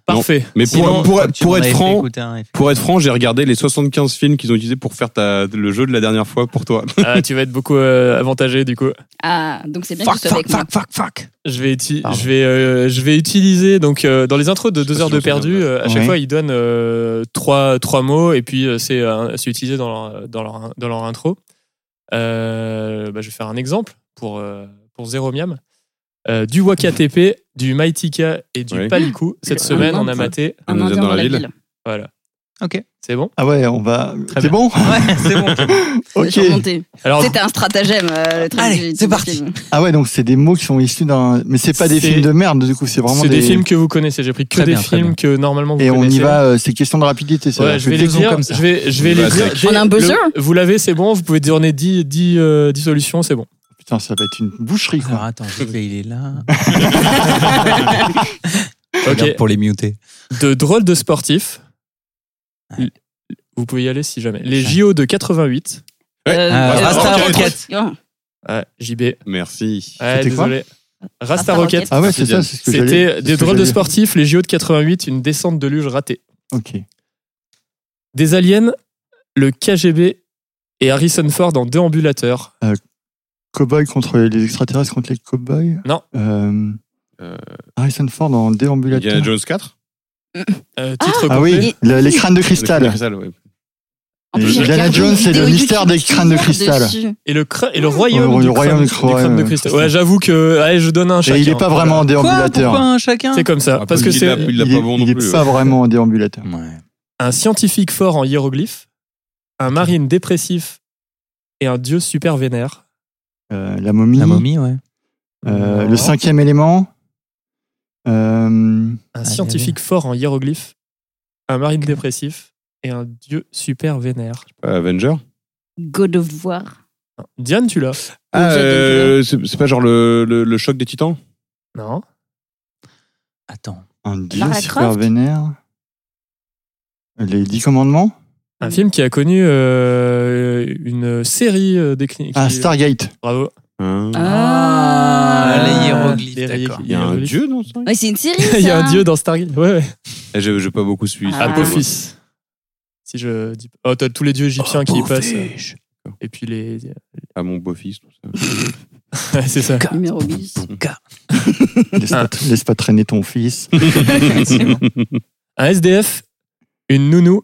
S1: Parfait.
S2: Mais
S3: Sinon,
S2: pour, pour,
S3: Euh, tu
S2: pour
S3: m'en
S2: être
S3: avais fait
S2: franc,
S3: écouter un effet.
S2: pour être franc, j'ai regardé les 75 films qu'ils ont utilisés pour faire ta- le jeu de la dernière fois pour toi.
S1: Ah, tu vas être beaucoup euh, avantagé, du coup.
S5: Ah, donc c'est bien que
S3: Fuck,
S5: tu sois avec
S3: fuck,
S5: moi.
S3: fuck, fuck, fuck.
S1: Je vais, uti-
S3: Pardon.
S1: je vais, euh, je vais utiliser donc euh, dans les intros de
S2: Je sais
S1: 2
S2: pas
S1: heures
S2: si j'en
S1: de
S2: souviens,
S1: perdu,
S2: ouais.
S1: euh, à chaque
S6: Ouais.
S1: fois ils donnent euh, trois trois mots et puis euh, c'est euh, c'est utilisé dans leur dans leur dans leur intro. Euh, bah, je vais faire un exemple pour euh, pour zéro miam. euh, du Wakatp, du Maitika et du
S2: Oui.
S1: Palikou. Cette
S5: Un
S1: semaine, on a
S5: Indien.
S1: maté.
S5: Un
S2: Nous
S5: indien
S2: êtes
S5: dans, la ville.
S1: Voilà.
S3: Ok.
S1: C'est bon
S6: Ah ouais, on va.
S1: Très
S6: C'est
S1: bien.
S6: bon
S3: Ouais, c'est bon.
S5: Je
S6: Ok.
S5: suis remontée.
S1: Alors,
S5: C'était un stratagème. euh, le truc
S3: Allez,
S5: du-
S3: c'est
S5: du film.
S3: parti.
S6: Ah ouais, donc c'est des mots qui sont issus d'un. Mais c'est pas des
S1: C'est-
S6: films de merde, du coup, c'est vraiment
S1: c'est
S6: des.
S1: des films que vous connaissez. J'ai pris que
S3: Très
S1: des
S3: bien, très
S1: films que normalement vous
S6: Et on y
S1: connaissez.
S6: va, euh, c'est question de rapidité, ça.
S1: Ouais, je vais les
S3: faisons
S1: dire.
S3: comme ça.
S1: Je vais, je vais
S2: Bah,
S1: les dire.
S2: sec.
S1: dès
S5: On a un buzzer
S1: le- Vous l'avez, c'est bon. Vous pouvez donner 10, 10, euh, 10 solutions, c'est bon.
S6: Putain, ça va être une boucherie,
S3: Alors
S6: quoi.
S3: attends, vite, là, il est là.
S1: Ok.
S3: Pour les muter.
S1: De drôles de sportifs.
S3: Ouais.
S1: Vous pouvez y aller si jamais. Les JO de 88.
S5: Euh,
S3: Euh,
S5: euh,
S3: Rasta
S5: Rocket.
S3: Rocket.
S5: Oh,
S1: Ouais, JB.
S2: Merci.
S1: Ouais,
S6: C'était quoi
S1: désolé. Rasta
S5: Rasta
S1: Rocket.
S5: Rocket.
S6: Ah ouais, c'est ça, c'est ce que j'allais.
S1: C'était
S6: c'est
S1: des
S6: ce que
S1: drôles de
S6: j'allais dire.
S1: sportifs, les JO de 88, une descente de luge ratée.
S6: Ok.
S1: Des aliens, le KGB et Harrison Ford en déambulateur.
S6: Cowboy contre les extraterrestres contre les cowboys
S1: Non.
S6: Euh,
S2: Euh,
S6: Harrison Ford en
S2: Indiana
S6: déambulateur.
S2: Jones 4
S1: Euh, titre
S6: Ah
S1: complet.
S6: oui, le- les crânes de cristal.
S2: ouais.
S5: en plus,
S6: Et
S5: j'ai
S6: Indiana
S5: regardé
S6: Jones,
S5: une
S6: c'est le
S5: vidéo
S6: mystère
S5: YouTube
S6: des crânes de
S5: toujours
S6: cristal.
S5: dessus.
S1: Et le, cra- et le royaume,
S6: Ouais,
S1: du,
S6: le
S1: crâne,
S6: royaume
S1: du
S6: du
S1: crâne de
S6: crâne,
S1: cristal.
S6: ouais.
S1: Ouais, j'avoue que. Allez, je donne un chacun.
S6: Et il est pas vraiment en
S3: Quoi
S6: déambulateur.
S3: Pourquoi un chacun
S1: C'est comme ça.
S2: Ah,
S1: Parce que
S2: il
S1: c'est
S2: a- il l'a
S6: il
S2: pas
S6: est-
S2: bon
S6: il
S2: non
S6: est
S2: plus.
S6: pas vraiment en déambulateur.
S3: Ouais.
S1: un scientifique fort en hiéroglyphe, un marine dépressif et un dieu super vénère.
S6: Euh, la momie.
S3: La momie, ouais.
S6: Euh, le cinquième élément. Euh,
S1: Un
S3: Allez,
S1: scientifique fort en hiéroglyphe, un marine dépressif et un dieu super vénère.
S2: Euh, Avenger
S5: God of War.
S1: Diane, tu l'as
S2: Ah,
S5: Objet
S2: euh, c'est c'est pas genre le, le, le choc des titans
S1: Non.
S3: Attends.
S6: un dieu
S5: Lara
S6: super
S5: Croft.
S6: vénère. Les dix commandements.
S1: Un film qui a connu euh, une série euh, déclinée.
S6: Ah,
S1: qui-
S6: Stargate.
S1: Bravo.
S2: Hein.
S5: Ah,
S3: les hiéroglyphes,
S1: Les hié-
S3: d'accord.
S2: Il y a un
S1: hiéroglyphes.
S2: dieu dans ça
S5: Ouais, c'est une série.
S1: Il y a
S5: ça.
S1: un dieu dans Stargate. Ouais, ouais.
S2: Eh, J'ai j'ai pas beaucoup suivi.
S5: Ah.
S1: Apophis. Si je dis pas- Oh, t'as tous les dieux égyptiens qui passent. euh, Et puis les.
S2: Ah, mon beau-fils, tout ça.
S1: Ouais, c'est ça.
S5: Numéro 10.
S6: Laisse, pas, laisse pas traîner ton fils.
S1: Un SDF, une nounou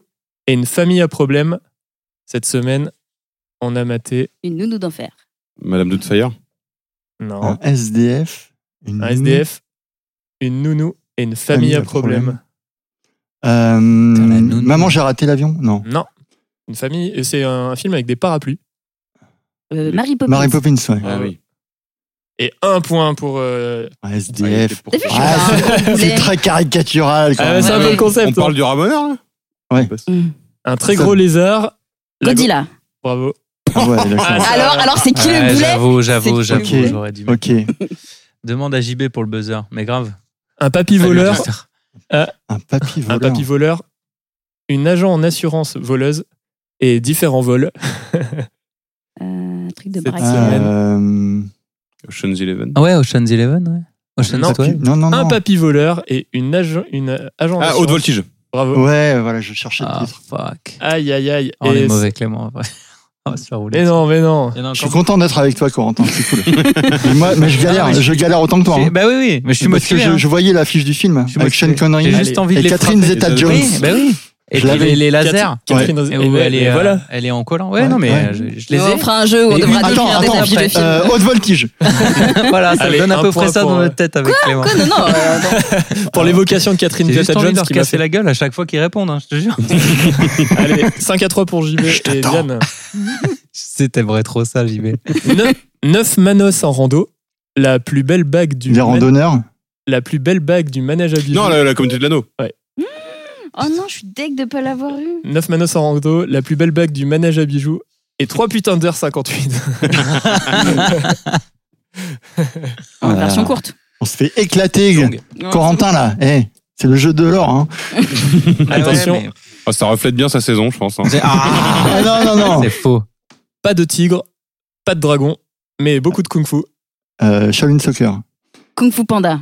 S1: et une famille à problème. Cette semaine, on a maté.
S5: Une nounou d'enfer.
S2: Madame Doubtfire
S1: Non.
S6: Un SDF. une
S1: Un SDF, une nounou et une famille, à problème.
S6: Euh,
S3: la nounou.
S6: maman, j'ai raté l'avion. Non.
S1: Non. Une famille. C'est un film avec des parapluies.
S5: Euh, Mary Poppins.
S6: Mary Poppins, ouais.
S2: Ah oui.
S1: Et un point pour. euh,
S6: Un
S2: Ouais,
S6: SDF.
S2: c'était pour-
S5: T'as vu, je suis hein.
S6: Ah,
S5: pas un
S6: C'est
S5: anglais.
S6: très caricatural. quand
S1: Ah,
S6: même.
S1: c'est un peu
S5: ouais.
S1: le
S2: On
S1: concept.
S2: parle
S1: hein.
S2: du ramoneur là
S1: Un très
S6: Ça-
S1: gros lézard. La
S5: Godzilla.
S1: go- Bravo.
S6: Ouais, d'accord.
S1: Ah,
S5: Alors, alors c'est qui
S3: Ouais,
S5: le boulet
S3: J'avoue, j'avoue,
S5: C'est
S3: j'avoue.
S6: qui le
S3: J'aurais dû.
S6: ok.
S3: Demande à JB pour le buzzer. Mais grave.
S1: Un papy voleur.
S6: Un papy
S1: Un
S6: volant.
S1: papy voleur. Une agent en assurance voleuse. Et différents vols.
S5: Euh, Un truc de
S1: C'est-
S5: braquage.
S6: Euh,
S2: Ocean's Eleven.
S3: Ah ouais, Ocean's Eleven, ouais. Ocean's
S1: Non.
S3: Twelve.
S6: Non, Oh non, non.
S1: Un papy voleur et une, agent une agent en
S2: Ah, haute
S1: assurance.
S2: voltige.
S1: Bravo.
S6: Ouais, voilà, je cherchais
S3: Ah,
S6: le titre.
S3: fuck.
S1: Aïe, aïe, aïe.
S3: Oh, on
S1: Et
S3: est mauvais, Clément, en vrai. On va se faire rouler.
S1: Mais non, mais non.
S3: Il y en a
S6: Je suis
S3: encore.
S6: content d'être avec toi, Corentin, c'est cool. mais moi, mais je galère,
S3: Ah, mais je-
S6: je... galère autant que toi. hein.
S3: Bah oui, oui, mais je suis
S6: Parce que
S3: motivé.
S6: je,
S3: hein.
S6: je voyais l'affiche du film
S3: Je suis
S6: avec Sean
S3: motivé.
S6: Connery
S3: J'ai juste envie de
S6: et
S3: les
S6: Catherine
S3: frapper.
S6: Zeta-Jones.
S3: Oui, bah oui. Et
S6: Je
S3: puis
S6: l'avais.
S3: les, les lasers.
S1: Catherine- Catherine Rose-
S3: Et
S1: et
S3: où elle, est, euh,
S1: voilà.
S3: elle est en collant. Ouais,
S6: Ouais.
S3: non, mais
S6: Ouais.
S3: euh, je, je les
S5: Mais on
S3: ai.
S5: fera un jeu où on
S3: Et-
S5: devra
S6: Attends,
S5: décrire des
S6: attends,
S5: affiches de film.
S6: Euh, haute voltige.
S3: voilà, ça
S1: Allez,
S3: donne à
S1: un
S3: peu
S1: point
S3: près ça
S1: pour,
S3: dans
S1: euh,
S3: notre tête avec Clément.
S5: Quoi Non, non. euh, non.
S1: Pour l'évocation de Catherine
S3: J'ai juste envie de
S1: Zeta-Jones
S3: leur
S1: qui m'a
S3: casser
S1: fait.
S3: la gueule à chaque fois qu'ils répondent, hein, je te jure.
S1: Allez, 5 à 3 pour JB et Diane.
S3: C'était vrai trop ça, JB.
S1: 9 manos en rando. La plus belle bague du
S6: Les
S1: man-
S6: randonneurs.
S1: la plus belle bague du manège à bijoux.
S2: Non, la, la communauté de l'anneau.
S5: Oh non, je suis deg de pas l'avoir eu.
S1: 9 manos en rando, la plus belle bague du manège à bijoux et 3 putains d'heures 58.
S3: Oh,
S5: En
S6: Voilà.
S5: version courte.
S6: On se fait éclater.
S3: Longue.
S6: Corentin, là, eh, c'est le jeu de l'or. Hein.
S1: Attention,
S3: Ouais,
S2: Ah, ça reflète bien sa saison, je pense. hein.
S3: mais- Ah,
S6: Ah, non, non, non.
S3: C'est faux.
S1: pas de tigre, pas de dragon, mais beaucoup de kung-fu.
S6: Euh, Shaolin Soccer.
S5: Kung Fu Panda.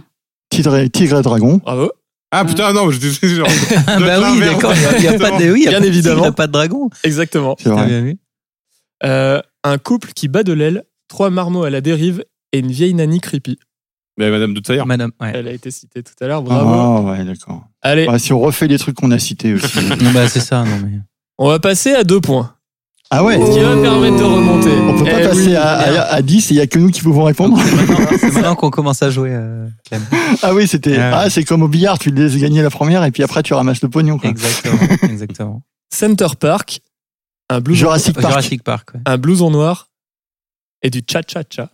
S6: Tigre et, tigre et dragon.
S1: Bravo.
S2: Ah putain, non, j'étais genre.
S3: Ah, bah oui,
S2: l'inverse.
S3: d'accord. Il n'y a pas de. Oui, il y a
S1: Bien
S3: pas de-
S1: évidemment.
S3: Il n'y a pas de dragon.
S1: Exactement.
S6: C'est
S3: T'as
S6: vrai.
S3: bien vu
S1: Euh, un couple qui bat de l'aile, 3 marmots à la dérive et une vieille nanny creepy.
S2: Mais Madame Doubtfire.
S3: Madame, ouais.
S1: Elle a été citée tout à l'heure, bravo.
S6: Ah ouais, d'accord. Bah,
S1: Allez,
S6: Ouais, si on refait les trucs qu'on a cités aussi.
S3: Non, bah c'est ça, non mais.
S1: on va passer à deux points.
S6: Ah ouais
S1: Ce qui va permettre de remonter.
S6: On peut pas
S1: Eh
S6: passer
S1: oui,
S6: à,
S1: merde.
S6: à, à 10 et il n'y a que nous qui pouvons répondre
S3: C'est maintenant qu'on commence à jouer, euh, Clem.
S6: Ah oui, c'était.
S3: Ah ouais.
S6: Ah, c'est comme au billard, tu laisses gagner la première et puis après tu ramasses le pognon.
S3: Ah.
S6: Quoi.
S3: Exactement, exactement.
S1: Center Park, un blues,
S6: Jurassic Park.
S3: Jurassic Park. ouais.
S1: un blouson noir et du cha-cha-cha.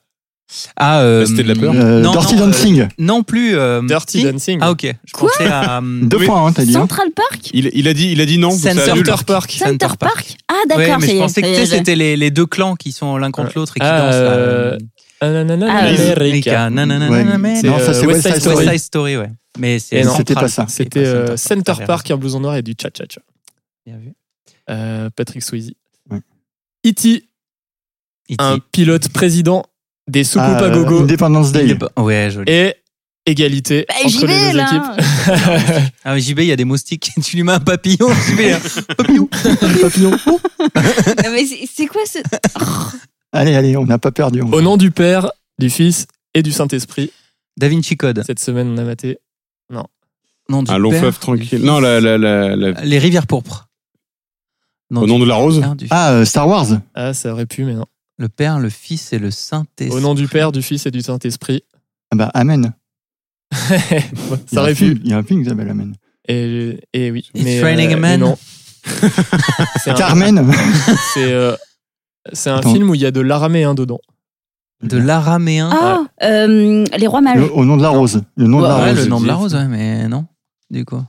S3: Ah, euh,
S2: Bah, c'était de la peur.
S6: Euh,
S3: non,
S6: Dirty
S3: non, euh,
S6: Dancing.
S3: non plus. euh,
S1: Dirty
S3: si
S1: Dancing.
S3: Ah, ok. Je
S5: Quoi
S3: pensais à. euh,
S6: Deux
S2: oui.
S6: points, hein, t'as dit. hein.
S5: Central Park
S2: Il, il a dit, il a dit non. donc ça
S3: Sensor
S2: annule.
S1: Center Park.
S3: Center
S5: Center Park Ah,
S3: ouais,
S5: d'accord,
S3: mais
S5: ça y
S3: je
S5: est,
S3: pensais
S5: ça
S3: que
S5: y
S3: tu
S5: est.
S3: sais,
S5: je-
S3: c'était les, les deux clans qui sont l'un contre l'autre et qui
S1: Ah,
S3: dansent. là, euh,
S1: Ananana,
S5: Ah, oui.
S1: America.
S3: America, nanana,
S6: Ouais.
S3: nanana,
S1: C'est,
S6: Non, ça
S1: euh,
S6: c'est
S1: West
S6: West Side
S1: Side
S3: West
S6: Story.
S3: Side Story, ouais. Mais c'est
S1: Et non,
S6: c'était
S3: Central
S6: pas ça.
S3: Park,
S1: C'était
S3: pas
S1: euh, Center
S3: t'as
S1: Park,
S3: raison.
S1: un blouson noir et du cha-cha-cha.
S3: Bien vu.
S1: Euh, Patrick Swayze. E
S6: Ouais.
S1: E.T.,
S3: E.T.
S1: un pilote président des soucoupes
S6: Ah,
S1: à
S6: euh,
S1: gogo
S6: Independence Day.
S3: Ouais, joli.
S1: et égalité
S5: Bah,
S1: entre
S5: j'y
S1: les
S5: vais,
S1: deux
S5: là
S1: équipes.
S3: Ah, mais JB, il y a des moustiques. tu lui mets un papillon. JB, hein. papillon. papillon.
S5: Non, mais c'est c'est quoi ce.
S6: Allez, allez, on n'a pas perdu. hein. on-
S1: Au nom du Père, du Fils et du Saint-Esprit,
S3: Da Vinci Code.
S1: cette semaine on a maté
S3: Non, du
S2: Un Ah, long
S3: père,
S2: fleuve
S3: du
S2: tranquille.
S3: fils.
S2: Non, la, la, la, la-
S3: Les rivières pourpres. Non,
S2: au
S3: du
S2: nom de la rose.
S3: père, du-
S6: Ah, euh, Star Wars.
S1: Ah, ça aurait pu, mais non.
S3: Le Père, le Fils et le Saint-Esprit.
S1: Au nom du Père, du Fils et du Saint-Esprit,
S6: Ah bah, Amen. Il y
S1: ça
S6: a un
S1: aurait
S6: film-
S1: pu.
S6: Il y a un film qui s'appelle Amen.
S1: Et, et oui.
S3: It's Raining Men.
S1: mais euh, non. c'est un,
S6: Carmen.
S1: c'est, euh, c'est un
S6: Attends.
S1: film où il y a de l'araméen dedans.
S3: De l'araméen.
S5: Ah, euh, les rois mages.
S6: Le- au nom de la rose. Le nom de la
S3: ouais,
S6: rose.
S3: le nom de la
S1: c'est-
S3: rose, ouais, mais non. Du coup.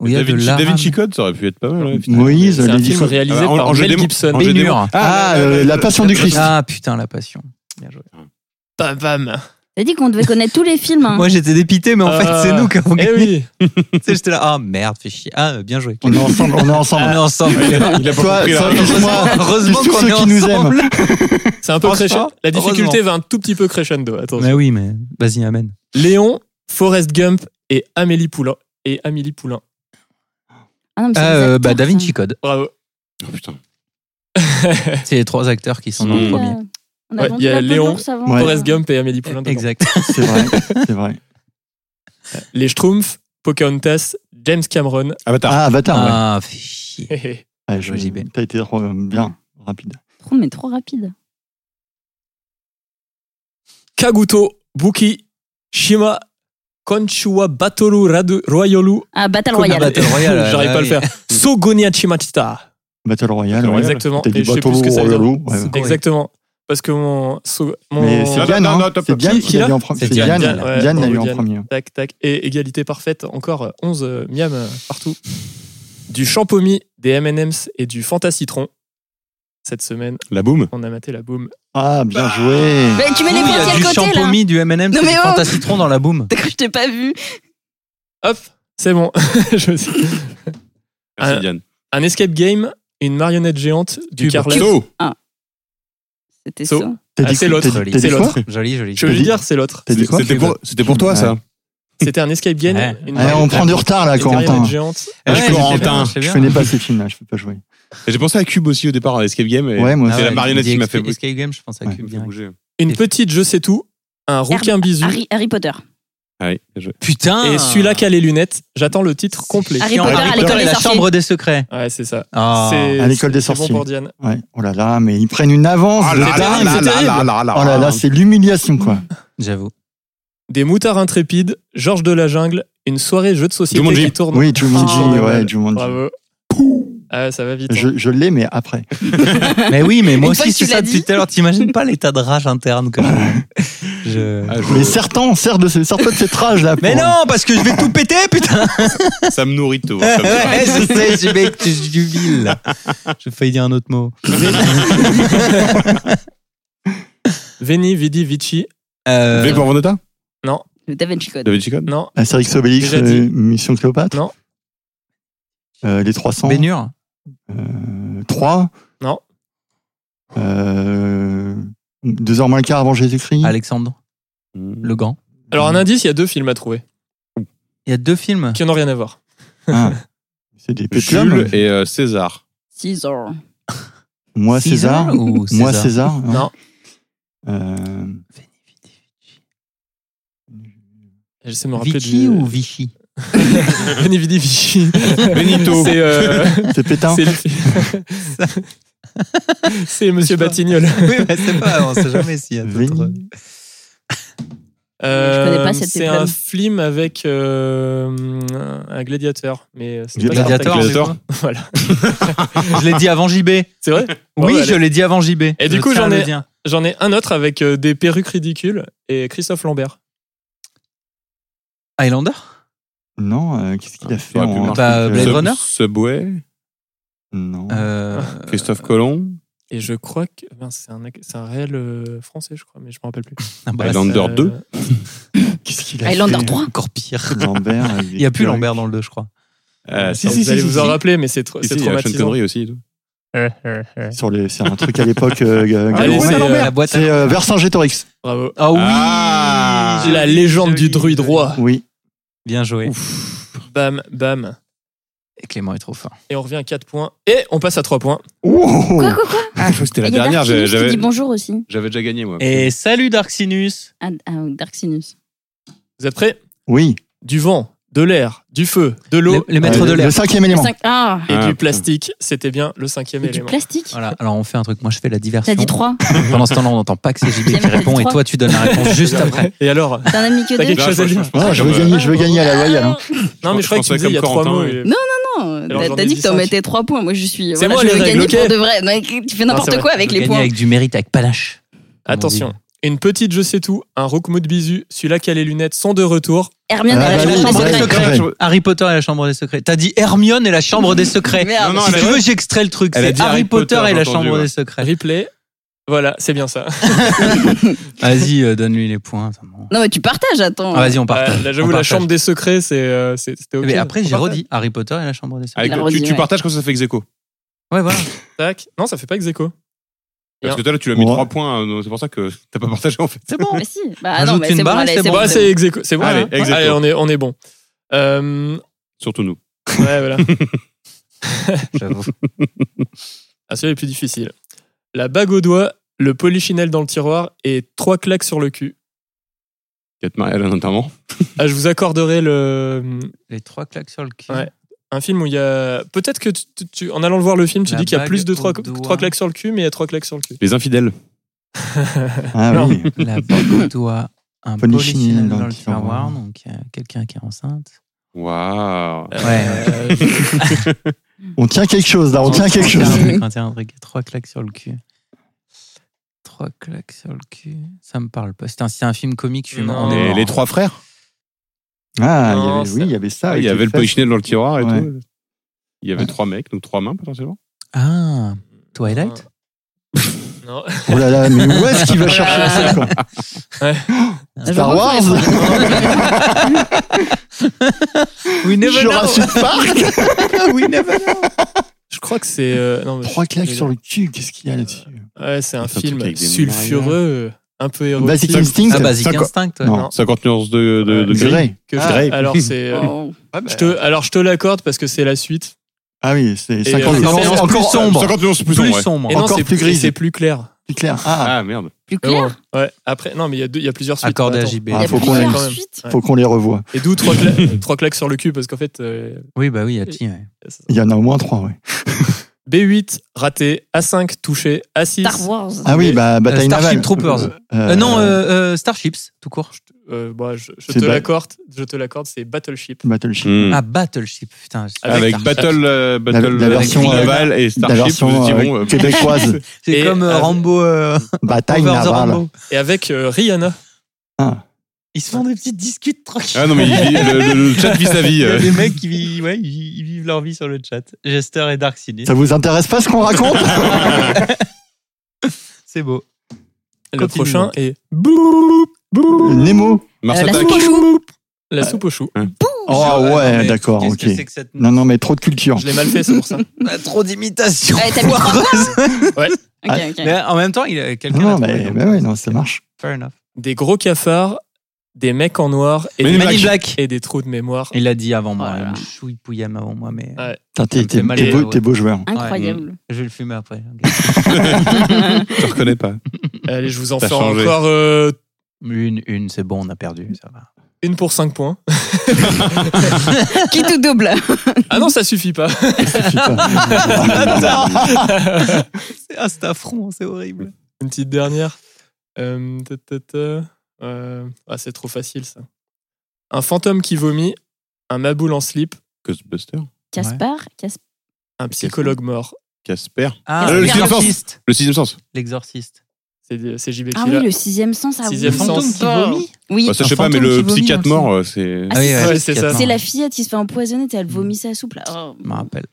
S3: Où il y a
S2: Da
S3: de
S2: Vinci, Da
S3: l'araméen.
S2: Vinci Code, ça aurait pu être pas mal. ouais, finalement.
S6: Moïse,
S1: C'est un
S6: Lady
S1: film
S6: Fo-
S1: réalisé
S2: Ah,
S1: par
S2: Angers
S1: Mel
S2: Démon.
S1: Gibson.
S2: Angers
S3: Bénur.
S2: Démon.
S6: Ah, euh, la passion du Christ.
S3: Ah putain, la passion. Bien joué.
S1: Bam, bam.
S5: T'as dit qu'on devait connaître tous les films. hein.
S3: Moi j'étais dépité, mais en
S1: Ah.
S3: fait c'est nous qui avons
S1: Eh
S3: gagné.
S1: oui.
S3: Tu sais, J'étais là, ah merde, fais chier. Ah, euh, bien joué.
S6: On est ensemble. On est
S3: On
S6: ensemble.
S1: Ah
S3: est ensemble.
S2: Il a pas
S6: Toi,
S2: compris la
S6: ça,
S2: réponse.
S6: moi,
S3: Heureusement
S6: tous
S3: qu'on
S6: ceux
S3: est
S6: qui nous
S3: ensemble.
S1: C'est un peu
S3: Franchement,
S1: crescendo. La difficulté va un tout petit peu crescendo. Attention.
S3: Mais oui, mais vas-y, amen.
S1: Léon, Forrest Gump et Amélie Poulain. Et Amélie Poulain.
S5: Ah, non, mais c'est
S3: Ah,
S5: des
S3: euh,
S5: acteurs,
S3: bah, Da
S5: ça.
S3: Vinci Code.
S1: Bravo.
S2: Oh, putain.
S3: C'est les trois acteurs qui sont dans le
S2: Mmh.
S3: premier.
S5: Euh, on
S1: Ouais,
S5: vendu
S1: il y a
S5: la peau de
S1: Léon,
S5: l'ours avant,
S6: Ouais.
S1: Forrest Gump et Amélie Poulain. dedans.
S3: Exact.
S6: C'est vrai. C'est vrai.
S1: Les Schtroumpfs, Pocahontas, James Cameron.
S2: Avatar.
S6: Ah, Avatar. ouais.
S3: Ah, fais chier.
S1: Ah,
S6: Ouais, je-
S3: ouais, j'y vais.
S6: T'as été euh, bien rapide.
S5: Trop, Oh, mais trop rapide.
S1: Kaguto, Buki, Shima, Konchua, Batoru, Radu, Royolu.
S5: Ah, Battle
S1: Kona-
S5: Royale.
S3: Battle Royale,
S1: J'arrive
S3: ah
S1: pas à le
S3: oui.
S1: faire. Sogonia Chimachita.
S6: Battle Royale. ouais.
S1: Exactement.
S6: T'as dit
S1: Et je sais
S6: Battle
S1: plus ce que ça veut dire.
S6: Royale, ouais.
S3: Sogonia.
S1: Exactement. Parce que mon. so- mon-
S6: Mais c'est
S2: Non,
S6: Diane,
S2: non,
S6: hein.
S2: non, top,
S6: c'est
S2: top.
S6: Diane
S1: Qui- qui
S6: qui l'a
S1: l'a
S6: eu en premier.
S3: C'est
S6: C'est
S3: Diane,
S6: Diane,
S1: Diane, ouais,
S6: Diane l'a
S1: bravo,
S6: eu en
S1: Diane.
S6: premier.
S1: Tac, tac. Et égalité parfaite, encore euh, 11 euh, miam euh, partout. Du champomy, des MM's et du fantacitron. Cette semaine,
S2: La boum.
S1: on a maté la boum.
S6: Ah,
S2: Bah.
S6: bien joué.
S5: Mais tu mets les
S3: Oui,
S5: points
S3: Il
S5: de
S3: y a
S5: quel
S3: du
S5: côté, là
S3: champomis, du M&M,
S5: Non,
S3: du
S5: mais oh.
S3: Fantacitron dans la boum.
S5: Je t'ai pas vu.
S1: Hop, c'est bon. Je sais.
S2: Merci
S1: Ah.
S2: Diane.
S1: Un escape game, une marionnette géante, du
S3: Cube.
S1: carrelage.
S2: So,
S5: C'était ça.
S1: So.
S3: hmm.
S6: T'as
S1: Ah,
S6: dit
S1: c'est
S6: quoi
S1: l'autre.
S6: T'as dit-
S3: C'est
S6: t'as dit quoi
S1: l'autre.
S3: Joli, joli.
S1: Je veux
S6: T'as dit-
S1: dire, c'est l'autre.
S6: T'as dit quoi
S2: c'était pour, c'était pour toi ça.
S1: C'était un escape game.
S3: Ouais.
S1: Une
S6: Ouais, Eh, on prend du retard là,
S1: une
S6: Corentin.
S1: marionnette géante.
S3: Eh Ouais,
S2: Je
S3: je
S2: suis
S3: sais bien,
S2: Corentin.
S3: je sais
S6: Je
S3: bien.
S6: connais pas ces films là, je peux pas jouer.
S2: Et J'ai pensé à Cube aussi au départ à Escape Game. Et
S6: Ouais, moi
S3: Ah
S2: c'est
S6: aussi.
S2: la
S3: ouais,
S2: marionnette
S3: j'ai
S2: qui m'a
S3: dit
S2: fait bouger.
S3: Escape Game, je pense à
S6: Ouais.
S2: qui
S3: Cube
S2: m'a fait
S3: direct.
S2: bouger.
S1: Une petite, je sais tout. Un rouquin bisu.
S5: Harry, Harry Potter.
S2: Ah oui, bien joué.
S3: Putain
S1: Et celui-là qui a les lunettes. J'attends le titre complet.
S5: Harry Potter à l'école
S3: et
S5: des
S3: la
S5: sorciers.
S3: chambre des secrets.
S1: Ouais, c'est ça.
S3: Ah.
S1: C'est-
S6: À l'école des
S1: c'est
S6: sorciers.
S1: Bon pour Diane.
S6: Ouais. Oh là là, mais ils prennent une avance.
S2: Ah
S6: de
S2: là là
S6: dingue.
S2: là là là là là.
S6: Oh là là, c'est l'humiliation quoi.
S3: J'avoue.
S1: Des moutards intrépides, Georges de la jungle, une soirée jeu de société
S2: Jumanji.
S1: qui tourne.
S6: Oui, Jumanji,
S1: Ah,
S6: ouais,
S1: ouais.
S6: Jumanji.
S1: Bravo. Ah, ça va vite. hein.
S6: Je, je l'ai, mais après.
S3: Mais oui, mais moi
S5: Une fois
S3: aussi
S5: que tu
S3: c'est ça
S5: l'as
S3: depuis
S5: dit.
S3: tout à l'heure. T'imagines pas l'état de rage interne quand même. Je-
S2: Ah, je-
S6: Mais certains, servent de, ce- sortent de cette rage là.
S3: Mais
S6: pour-
S3: non, parce que je vais tout péter, putain
S2: Ça me nourrit tôt.
S3: Ouais,
S2: ça me-
S3: Je sais, je vais que tu jubiles. J'ai failli dire un autre mot.
S1: Veni, Vidi, Vici.
S3: Euh,
S2: V pour Vendetta
S5: Le Da Vinci Code.
S2: Da Vinci Code
S1: Non,
S6: Astérix Obélix,
S1: Déjà dit.
S6: euh, Mission Cléopâtre.
S1: Non.
S6: Euh, les euh, 300.
S3: Bénure.
S6: 3.
S1: Non.
S6: Euh, 2 heures moins le quart avant Jésus-Christ.
S3: Alexandre. Le Gant.
S1: Alors, un indice, il y a deux films à trouver
S3: Il y a deux films.
S1: qui n'ont rien à voir.
S6: Ah. C'est des pétums.
S2: Jules et euh, César.
S5: Caesar.
S6: Moi César.
S3: ou
S6: Moi César. hein.
S1: Non.
S6: Euh,
S1: J'essaie de me rappeler
S3: Vici
S1: du...
S3: ou Vichy
S1: Veni, Vidi, Vici.
S2: Benito.
S1: C'est euh,
S6: c'est Pétain.
S1: c'est le film. C'est Monsieur
S3: Je sais pas.
S1: Batignol.
S3: Oui, mais c'est pas, on sait jamais s'il y a d'autres.
S6: Veni-
S1: Euh,
S5: Je connais pas cette
S1: c'est
S5: épreuve.
S1: un film avec euh, un gladiateur, mais euh, c'est pas
S3: Gladiateur,
S1: Spartacus.
S2: gladiateur.
S1: Voilà,
S3: Je l'ai dit avant JB.
S1: c'est vrai. Bon,
S3: Oui,
S1: bah,
S3: je
S1: allez.
S3: l'ai dit avant JB.
S1: Et du
S3: Je
S1: coup,
S3: tiens à
S1: j'en
S3: le
S1: ai-
S3: dire.
S1: j'en ai un autre avec euh, des perruques ridicules et Christophe Lambert.
S3: Highlander
S6: Non, euh, qu'est-ce qu'il a fait
S2: aurait pu
S6: en... euh,
S2: marcher.
S3: Bah, Blade
S2: Sub-
S3: Runner
S2: Subway,
S6: Non.
S3: Euh,
S2: Christophe Colomb,
S1: Et je crois que ben, c'est un, c'est un réel euh, français, je crois, mais je me rappelle plus.
S3: ah bah là,
S2: Highlander
S1: Euh,
S2: 2.
S6: Qu'est-ce qu'il a
S5: Highlander
S6: fait
S5: 3.
S3: Encore pire.
S6: Lambert. avec
S3: Il n'y a plus
S6: des
S3: Lambert dans le 2, je crois.
S2: Euh,
S1: Ah, vous allez vous en rappeler, mais c'est trop,
S2: Ici,
S1: c'est
S2: il y a Sean
S1: traumatisant.
S2: Connery aussi. et tout.
S6: perruques Sur les... C'est un truc à l'époque. euh,
S3: Ah,
S6: ga-
S1: Allez,
S6: gallo-
S1: c'est,
S6: Ouais,
S1: euh,
S6: Lambert.
S3: la boîte à-
S6: C'est euh, Vercingétorix.
S1: Bravo.
S3: Ah oui
S2: Ah
S1: la légende du druide roi.
S6: Oui.
S3: Bien joué.
S1: Bam, bam.
S3: Et Clément est trop fort.
S1: Et on revient à 4 points. Et on passe à 3 points.
S6: Oh
S5: Quoi, quoi, quoi
S2: Ah, je crois que c'était
S5: Il
S2: la
S5: y a
S2: dernière.
S5: Dark
S2: j'ai-
S5: Sinus qui
S2: J'avais
S5: dit bonjour aussi.
S2: j'avais déjà gagné, moi.
S3: Et salut Dark Sinus
S5: Ah, ah, Dark Sinus.
S1: Vous êtes prêts
S6: Oui.
S1: Du vent, de l'air, du feu, de l'eau
S3: Les, les maîtres
S6: Euh,
S3: de l'air.
S6: Le cinquième élément.
S5: Cinq- Ah
S1: et
S2: Ah,
S1: du
S2: putain.
S1: plastique. C'était bien le cinquième
S5: Du
S1: élément.
S5: plastique
S3: Voilà, alors on fait un truc. Moi, je fais la diversion.
S5: T'as dit 3
S3: Pendant ce temps-là, on n'entend pas que c'est JB
S5: Clément,
S3: qui
S5: t'as dit
S3: répond et
S5: trois.
S3: toi, tu donnes la réponse juste après.
S1: Et alors
S5: T'en as mis que 2
S1: T'as quelque chose à dire
S6: Ah, je veux
S2: euh,
S6: gagner, je veux gagner à la loyale. hein.
S1: Non, mais je crois que tu
S2: pensais
S1: disais il y a euh,
S2: comme
S1: 3 mots.
S2: Corentin,
S1: et-
S5: oui. Non,
S1: Alors,
S5: t'as-
S1: j'en
S5: t'as
S1: ai
S5: dit
S1: dit
S5: que t'en
S1: cinq.
S5: mettais 3 points. Moi, je suis.
S1: C'est
S5: voilà,
S1: moi,
S5: je
S1: les
S5: veux
S1: règles,
S5: gagner
S1: ok
S5: pour de vrai. Non, Tu fais
S1: Non,
S5: n'importe
S1: c'est
S5: quoi avec les
S3: Gagner
S5: points.
S3: avec du mérite, avec panache.
S1: Attention. Une petite je sais tout, un roukmout bisu, celui-là qui a les lunettes sont de retour.
S5: Hermione, elle
S6: Ah,
S5: a
S6: bah,
S5: la
S6: oui,
S5: chambre
S6: bah,
S5: des
S6: oui.
S5: secrets.
S6: secrets.
S3: Harry Potter et la chambre des secrets. T'as dit Hermione et la chambre des secrets.
S5: Merde.
S2: Non, non,
S3: si
S2: elle
S3: tu
S2: a-
S3: veux, j'extrais le truc.
S2: Elle a
S3: C'est
S2: dit
S3: Harry
S2: Harry
S3: Potter,
S2: Potter,
S3: et la
S2: j'ai entendu,
S3: chambre
S2: ouais.
S3: des secrets.
S1: Replay. Voilà, c'est bien ça.
S3: Vas-y, euh, donne-lui les points. attends, non.
S5: Non, mais tu partages, attends.
S3: Ah, Vas-y, on part.
S1: Ouais, là, j'avoue,
S3: On
S1: Bah, la
S3: partage.
S1: chambre des secrets, c'est, euh, c'est- c'était ok.
S3: Mais après,
S1: On
S3: j'ai
S1: partage.
S3: redit Harry Potter et la chambre des secrets.
S2: Avec-
S5: Il a
S2: tu,
S5: redit,
S2: tu
S5: ouais.
S2: partages comme ça, ça fait ex aequo.
S3: Ouais, voilà.
S1: Tac. Non, ça fait pas ex aequo.
S2: Parce que toi, là, tu l'as mis
S6: Ouais.
S2: 3 points. euh, C'est pour ça que t'as pas partagé, en fait.
S3: C'est bon.
S5: Mais si. Bah,
S3: Rajoute
S5: non, mais
S3: une
S5: c'est bon,
S3: barre et
S5: allez,
S3: c'est
S5: c'est
S3: bon,
S5: bon.
S1: Bah,
S5: c'est
S1: c'est ex aequo. C'est bon.
S2: Allez,
S1: hein
S2: ex aequo.
S1: Allez, on est, on est bon. Euh,
S2: Surtout nous.
S1: ouais, voilà.
S3: J'avoue.
S1: Ah, celui-là est plus difficile. La bague au doigt, le polychinelle dans le tiroir et trois claques sur le cul.
S2: 4 mariages, un enterrement.
S1: Ah, je vous accorderai le,
S3: Les trois claques sur le cul.
S1: Ouais. un film où il y a. Peut-être que tu, tu- tu- en allant le voir le film, tu
S3: La
S1: dis qu'il y a
S3: bague
S1: plus de
S3: au
S1: trois,
S3: doigt.
S1: trois claques sur le cul, mais il y a trois claques sur le cul.
S2: Les infidèles.
S6: Ah oui.
S3: La bague au doigt, un polichinelle
S6: Polichinelle dans
S3: dans
S6: le
S3: le tiroir,
S6: tiroir.
S3: donc euh, quelqu'un qui est enceinte.
S2: Waouh.
S3: Ouais, ouais.
S1: Euh, je-
S6: On tient quelque chose là, on tient quelque
S3: Un
S6: chose.
S3: truc, on tient un truc. Trois claques sur le cul. Trois claques sur le cul. Ça me parle pas. C'est un, c'est un film comique, je suis mort.
S1: Non.
S3: On est
S2: Les,
S3: mort.
S2: les trois frères.
S6: Ah, il y
S1: Non,
S6: avait- oui,
S1: ça-
S6: il y avait
S2: Ah,
S6: ça.
S2: il
S6: avec
S2: y avait le
S6: fesses.
S2: polichinelle dans le tiroir et
S6: Ouais.
S2: tout. Il y avait trois mecs, donc trois mains potentiellement.
S3: Ah, Twilight
S1: Non.
S6: Oh là là, mais où est-ce qu'il va chercher
S5: Voilà.
S6: ça quoi
S5: Je
S6: Star Wars
S5: reprends les
S3: We
S6: Jurassic Park
S3: We never know.
S1: Je crois que c'est. euh, non, mais
S6: Trois
S1: je-
S6: claques
S1: je-
S6: sur le cul, qu'est-ce qu'il y a là-dessus
S1: Ouais, c'est
S2: C'est un
S1: un
S2: truc
S1: film
S2: avec des
S1: sulfureux, un peu héroïque.
S6: Basic Instinct
S3: Ah, Basic
S6: Cinq-
S3: Instinct, ouais.
S6: Non,
S2: 50 nuances de, de, de
S1: Euh,
S2: gris.
S6: Grey.
S1: que je-
S6: Ah.
S1: alors c'est euh,
S5: Oh.
S6: bah.
S1: je te alors je te l'accorde parce que c'est la suite
S6: Ah oui, c'est
S1: Et,
S6: 50
S1: euh,
S6: nuances
S1: c'est
S6: encore
S3: plus sombre.
S2: 50 nuances
S3: Plus
S2: plus, sombre, ouais.
S3: sombre.
S1: et non
S6: Encore
S1: c'est
S6: plus
S1: et
S6: grise.
S1: c'est plus clair
S6: plus clair. Ah,
S2: Ah merde.
S5: Plus clair
S1: ouais après non mais il y a deux- il y a plusieurs suites
S3: Accordé à
S1: Attends.
S3: JB.
S5: Il y a
S6: faut qu'on
S5: plusieurs
S1: aille quand même.
S5: suites.
S6: faut qu'on les revoie.
S1: et d'où trois claques trois claques sur le cul parce qu'en fait euh,
S3: Oui, bah oui, il y a Ti, ouais.
S6: Il y en a au moins trois, ouais.
S1: B8 raté A5 touché A6
S5: Star Wars.
S6: Ah oui, bah bataille
S3: euh, Starship
S6: navale.
S3: Troopers.
S6: Euh,
S3: Euh, non, euh, euh, Starships, tout court.
S1: Euh, bah, je, je
S6: C'est
S1: te
S6: ba-
S1: l'accorde je te l'accorde c'est Battleship
S6: Battleship.
S2: Hmm.
S3: Ah, Battleship, putain. c'est-
S2: Avec
S3: Starship.
S2: Battle, euh, Battle
S6: La- la
S2: euh,
S6: version,
S2: Battle
S6: euh,
S2: Naval et
S6: La
S2: Starship, vous
S6: version
S2: étiez
S6: euh,
S2: bon. euh,
S6: québécoise.
S3: C'est
S1: Et
S3: comme euh,
S1: avec-
S3: Rambo. euh,
S6: bataille
S3: Over the
S6: navale.
S3: Rambo.
S1: et avec euh, Rihanna
S6: Ah.
S3: Ils se font des petites discutes
S2: Ah
S3: tranquilles.
S2: non, mais il vit- le, le- le chat vit sa vie.
S3: Il y a
S2: euh.
S3: des mecs qui vivent, ouais, ils ils vivent leur vie sur le chat. Jester et Dark Sinise.
S6: Ça vous intéresse pas ce qu'on raconte
S3: C'est beau.
S1: le
S3: Continuons.
S1: prochain est Boop, boop.
S6: Nemo.
S2: Mars
S5: Euh, la
S2: Attack.
S5: soupe au chou.
S1: la soupe au chou
S6: Oh
S3: Genre,
S6: ouais,
S3: mais
S6: d'accord,
S3: qu'est-ce
S6: ok.
S3: que c'est que cette-
S6: Non, non, mais trop de culture.
S1: je l'ai mal fait c'est pour ça
S3: On a trop d'imitations.
S5: Ouais, t'as mis trois
S3: foireuses.
S5: Ok, ok.
S3: Mais en même temps, il a quelqu'un.
S6: Non,
S3: l'a trouvé,
S6: mais
S3: donc.
S6: bah ouais, non, ça marche.
S3: Fair enough.
S1: des gros cafards des mecs en noir et,
S2: Men in
S1: des,
S3: Man in
S2: Black.
S3: Black.
S1: et des trous de mémoire
S3: Il l'a dit avant moi.
S5: Voilà.
S3: Une chouille pouillame avant moi, mais
S1: Ouais.
S6: Putain,
S3: Ça
S6: T'es
S3: me fait
S6: t'es-
S3: mal,
S6: t'es
S3: ouais,
S6: beau,
S3: ouais.
S6: t'es beau joueur.
S5: Incroyable.
S3: je vais le fumer après. ok.
S2: Je reconnais pas.
S1: allez je vous en
S2: T'as
S1: fais
S2: changé.
S1: encore euh,
S3: une, une, c'est bon, on a perdu. Ça va.
S1: Une pour 5 points.
S5: Qui tout double
S1: Ah non, ça suffit pas.
S3: Ah, c'est affront, c'est horrible.
S1: Une petite dernière. Euh, ta, ta, ta. Euh, ah, c'est trop facile ça. Un fantôme qui vomit, un maboule en slip,
S2: Ghostbuster.
S5: Caspar Cas-
S1: un psychologue mort.
S2: Casper.
S3: Ah,
S2: Euh, le sixième
S3: l'exorciste.
S2: Le sixième sens.
S3: L'exorciste.
S1: C'est c'est JB qui
S5: Ah
S1: l'a.
S5: oui, le sixième sens. Ah
S1: Sixième
S5: oui.
S1: sens.
S3: Fantôme qui vomit.
S5: Oui.
S2: Bah, ça,
S3: Un
S2: je sais pas, mais
S3: fantôme
S2: le
S3: qui vomit
S2: psychiatre
S3: aussi.
S2: mort, euh, c'est.
S5: Ah,
S3: Ah oui,
S5: c'est-
S1: ouais,
S3: le
S1: c'est
S3: psychiatre
S1: ça.
S3: mort.
S5: c'est la fillette qui se fait empoisonner et elle vomit sa soupe. là. Oh,
S3: Je me rappelle.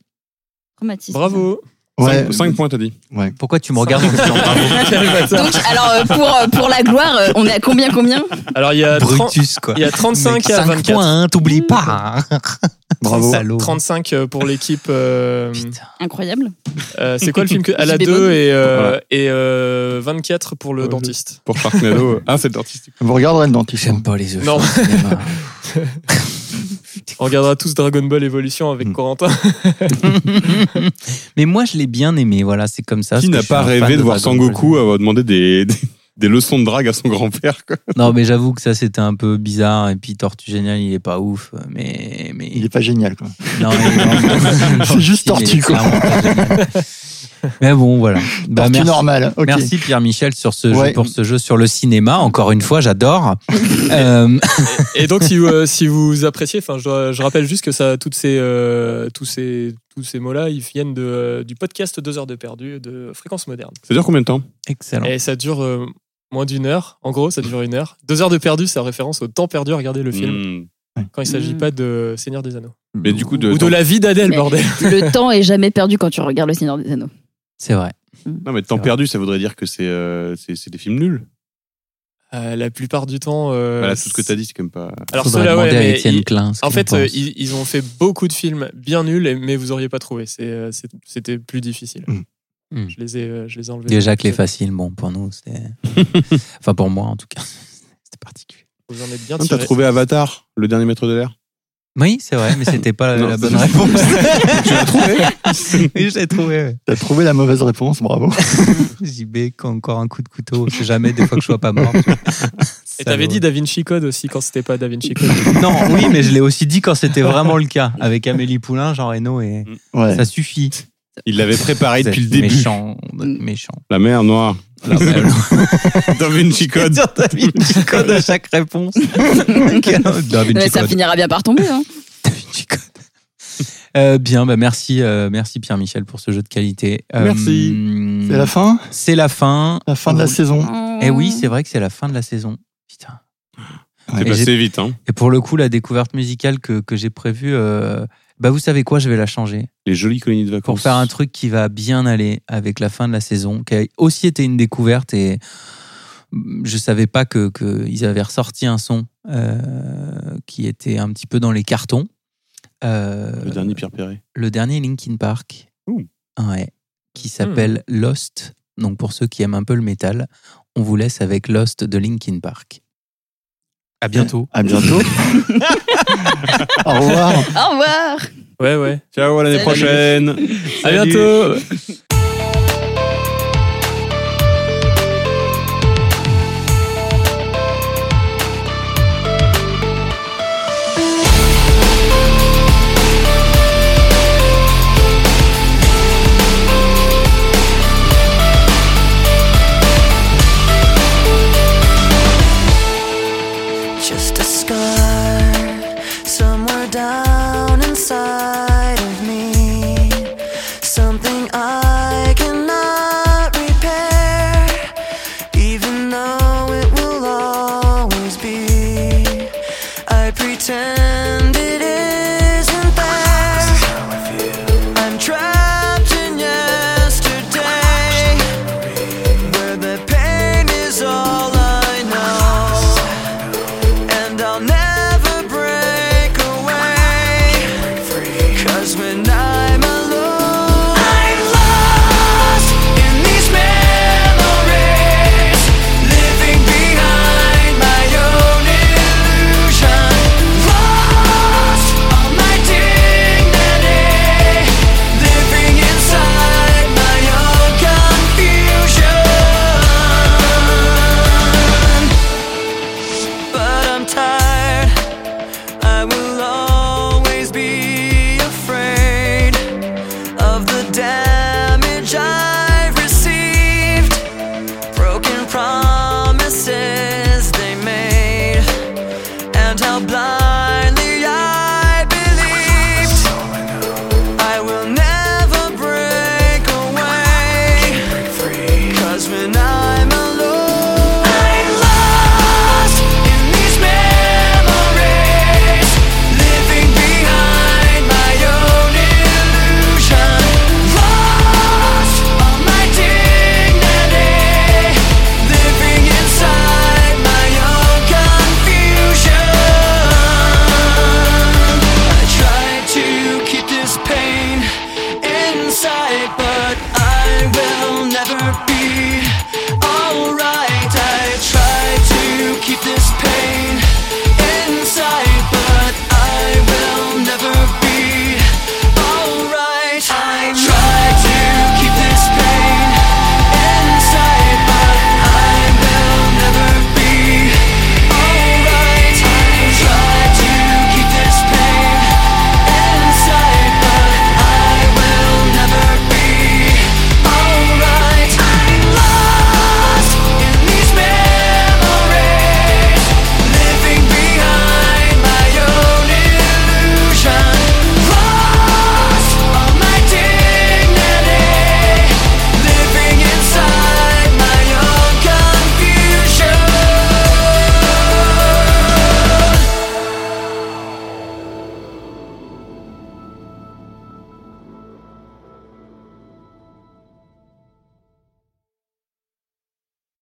S5: traumatisme.
S1: Bravo.
S6: Ouais,
S2: 5 points, t'as dit.
S6: ouais.
S3: Pourquoi tu me regardes en disant bravo
S1: Quel bâtard.
S5: Donc, alors, euh, pour, euh, pour la gloire, euh, on est à combien, combien
S1: Alors il y
S6: Euh,
S1: a 30
S3: Brutus, quoi.
S1: il y a 35 à
S3: 5
S1: 24.
S3: points, hein, t'oublies pas. hein.
S6: Bravo.
S3: Salaud.
S1: 35 pour l'équipe. euh,
S3: Putain.
S5: Incroyable.
S1: euh, c'est quoi le film que... À la
S5: JB
S1: 2 et, euh,
S2: Voilà.
S1: et euh, 24 pour le
S2: Ouais,
S1: dentiste.
S2: Pour Sharknado. euh, ah, c'est le dentiste.
S6: Vous regarderez le dentiste. hein.
S3: J'aime pas les œufs.
S1: Non.
S3: au cinéma.
S1: On regardera tous Dragon Ball Evolution avec
S2: Hmm.
S6: Mm.
S1: Corentin.
S3: Mais moi, je l'ai bien aimé. Voilà, c'est comme ça.
S2: Qui
S3: parce
S2: n'a
S3: que je suis un
S2: pas
S3: fan
S2: rêvé de voir
S3: Dragon Ball.
S2: Sangoku avoir demandé des, des, des leçons de drague à son grand-père, quoi
S3: Non, mais j'avoue que ça, c'était un peu bizarre. Et puis, Tortue Génial, il est pas ouf. Mais. mais...
S6: Il est pas génial, quoi.
S3: Non, il est-
S6: C'est juste
S3: Il est
S6: tortue, quoi.
S3: clairement pas génial. mais bon, voilà. Bah,
S6: Tortue
S3: merci.
S6: normale. Ok.
S3: Merci Pierre-Michel sur ce
S6: Ouais.
S3: jeu, pour ce jeu sur le cinéma. Encore une fois, j'adore. Euh,
S1: Et donc, si vous, euh, si vous appréciez, enfin, je, dois- je rappelle juste que ça, toutes ces, euh, tous ces, tous ces mots-là, ils viennent de, euh, du podcast 2 heures de perdu de Fréquence Moderne.
S2: Ça dure combien de temps
S3: Excellent.
S1: Et ça dure euh, moins d'une heure. En gros, ça dure une heure. 2 heures de perdu, c'est en référence au temps perdu à regarder le film
S2: Hmm.
S1: quand il s'agit
S5: Mm.
S1: pas de Seigneur des Anneaux.
S2: Mais du coup, de.
S1: Ou de la vie d'Adèle,
S5: Mais-
S1: bordel.
S5: Le temps est jamais perdu quand tu regardes Le Seigneur des Anneaux.
S3: C'est vrai.
S2: Non, mais temps
S3: C'est vrai.
S2: perdu, ça voudrait dire que c'est euh, c'est c'est des films nuls.
S1: Euh, la plupart du temps. euh,
S2: Voilà, tout ce que t'as dit, c'est comme pas.
S1: Alors,
S3: Faudrait
S1: ceux-là, ouais,
S3: demander à
S1: mais
S3: Étienne
S1: ils-
S3: Klein. ce
S1: En
S3: qu'il
S1: fait,
S3: en
S1: euh,
S3: pense.
S1: ils, ils ont fait beaucoup de films bien nuls, et- mais vous auriez pas trouvé. C'est, euh, c'est- C'était plus difficile.
S6: Mm.
S3: Mm.
S1: Je les ai, euh, je les ai enlevés.
S3: déjà que les faciles, bon, pour nous, c'était. enfin, pour moi, en tout cas, c'était particulier.
S1: Vous en êtes bien
S2: Non, T'as
S1: tirés.
S2: trouvé Avatar, le dernier maître de l'air
S3: Oui, c'est vrai, mais c'était pas
S2: Non,
S3: la
S2: c'est-
S3: bonne réponse. tu l'as trouvé Oui, je l'ai trouvé. ouais.
S6: T'as trouvé la mauvaise réponse, bravo.
S3: JB, quand- encore un coup de couteau. Je sais jamais, des fois que je sois pas mort.
S1: Et t'avais dit Da Vinci Code aussi quand c'était pas Da Vinci Code.
S3: Non, oui, mais je l'ai aussi dit quand c'était vraiment le cas, avec Amélie Poulain, Jean Reno, et
S6: Ouais.
S3: ça suffit.
S2: Il l'avait préparé
S3: Vous
S2: Ah, depuis le
S3: êtes
S2: début.
S3: Méchant, vous êtes méchant.
S2: La mer noire. Dans Vinci Code.
S3: T'as mis une petite code à chaque réponse. Da Vinci
S5: Mais ça
S3: Code.
S5: finira bien par tomber. Hein.
S3: Da Vinci Code. Euh, bien, bah merci, euh, merci Pierre-Michel pour ce jeu de qualité. Euh,
S6: Merci. C'est la fin
S3: C'est la fin.
S6: La fin de la saison.
S3: Eh oui,
S5: Ah.
S3: c'est vrai que c'est la fin de la saison. Putain.
S2: C'est
S3: Et j'ai-
S2: passé vite, hein.
S3: Et pour le coup, la découverte musicale que, que j'ai prévue, euh, bah vous savez quoi, je vais la changer
S2: Les jolies colonies de vacances.
S3: pour faire un truc qui va bien aller avec la fin de la saison, qui a aussi été une découverte et mm, je savais pas que qu'ils avaient ressorti un son euh, qui était un petit peu dans les cartons. Euh,
S2: Le dernier Pierre Perret.
S3: le dernier Linkin Park,
S2: Ouh.
S3: Ouais, qui s'appelle Lost. Donc pour ceux qui aiment un peu le métal, on vous laisse avec Lost de Linkin Park. À bientôt.
S6: À bientôt. Au revoir.
S5: Au revoir
S1: Ouais, ouais.
S2: Ciao, à l'année
S5: Salut.
S2: prochaine.
S1: À bientôt.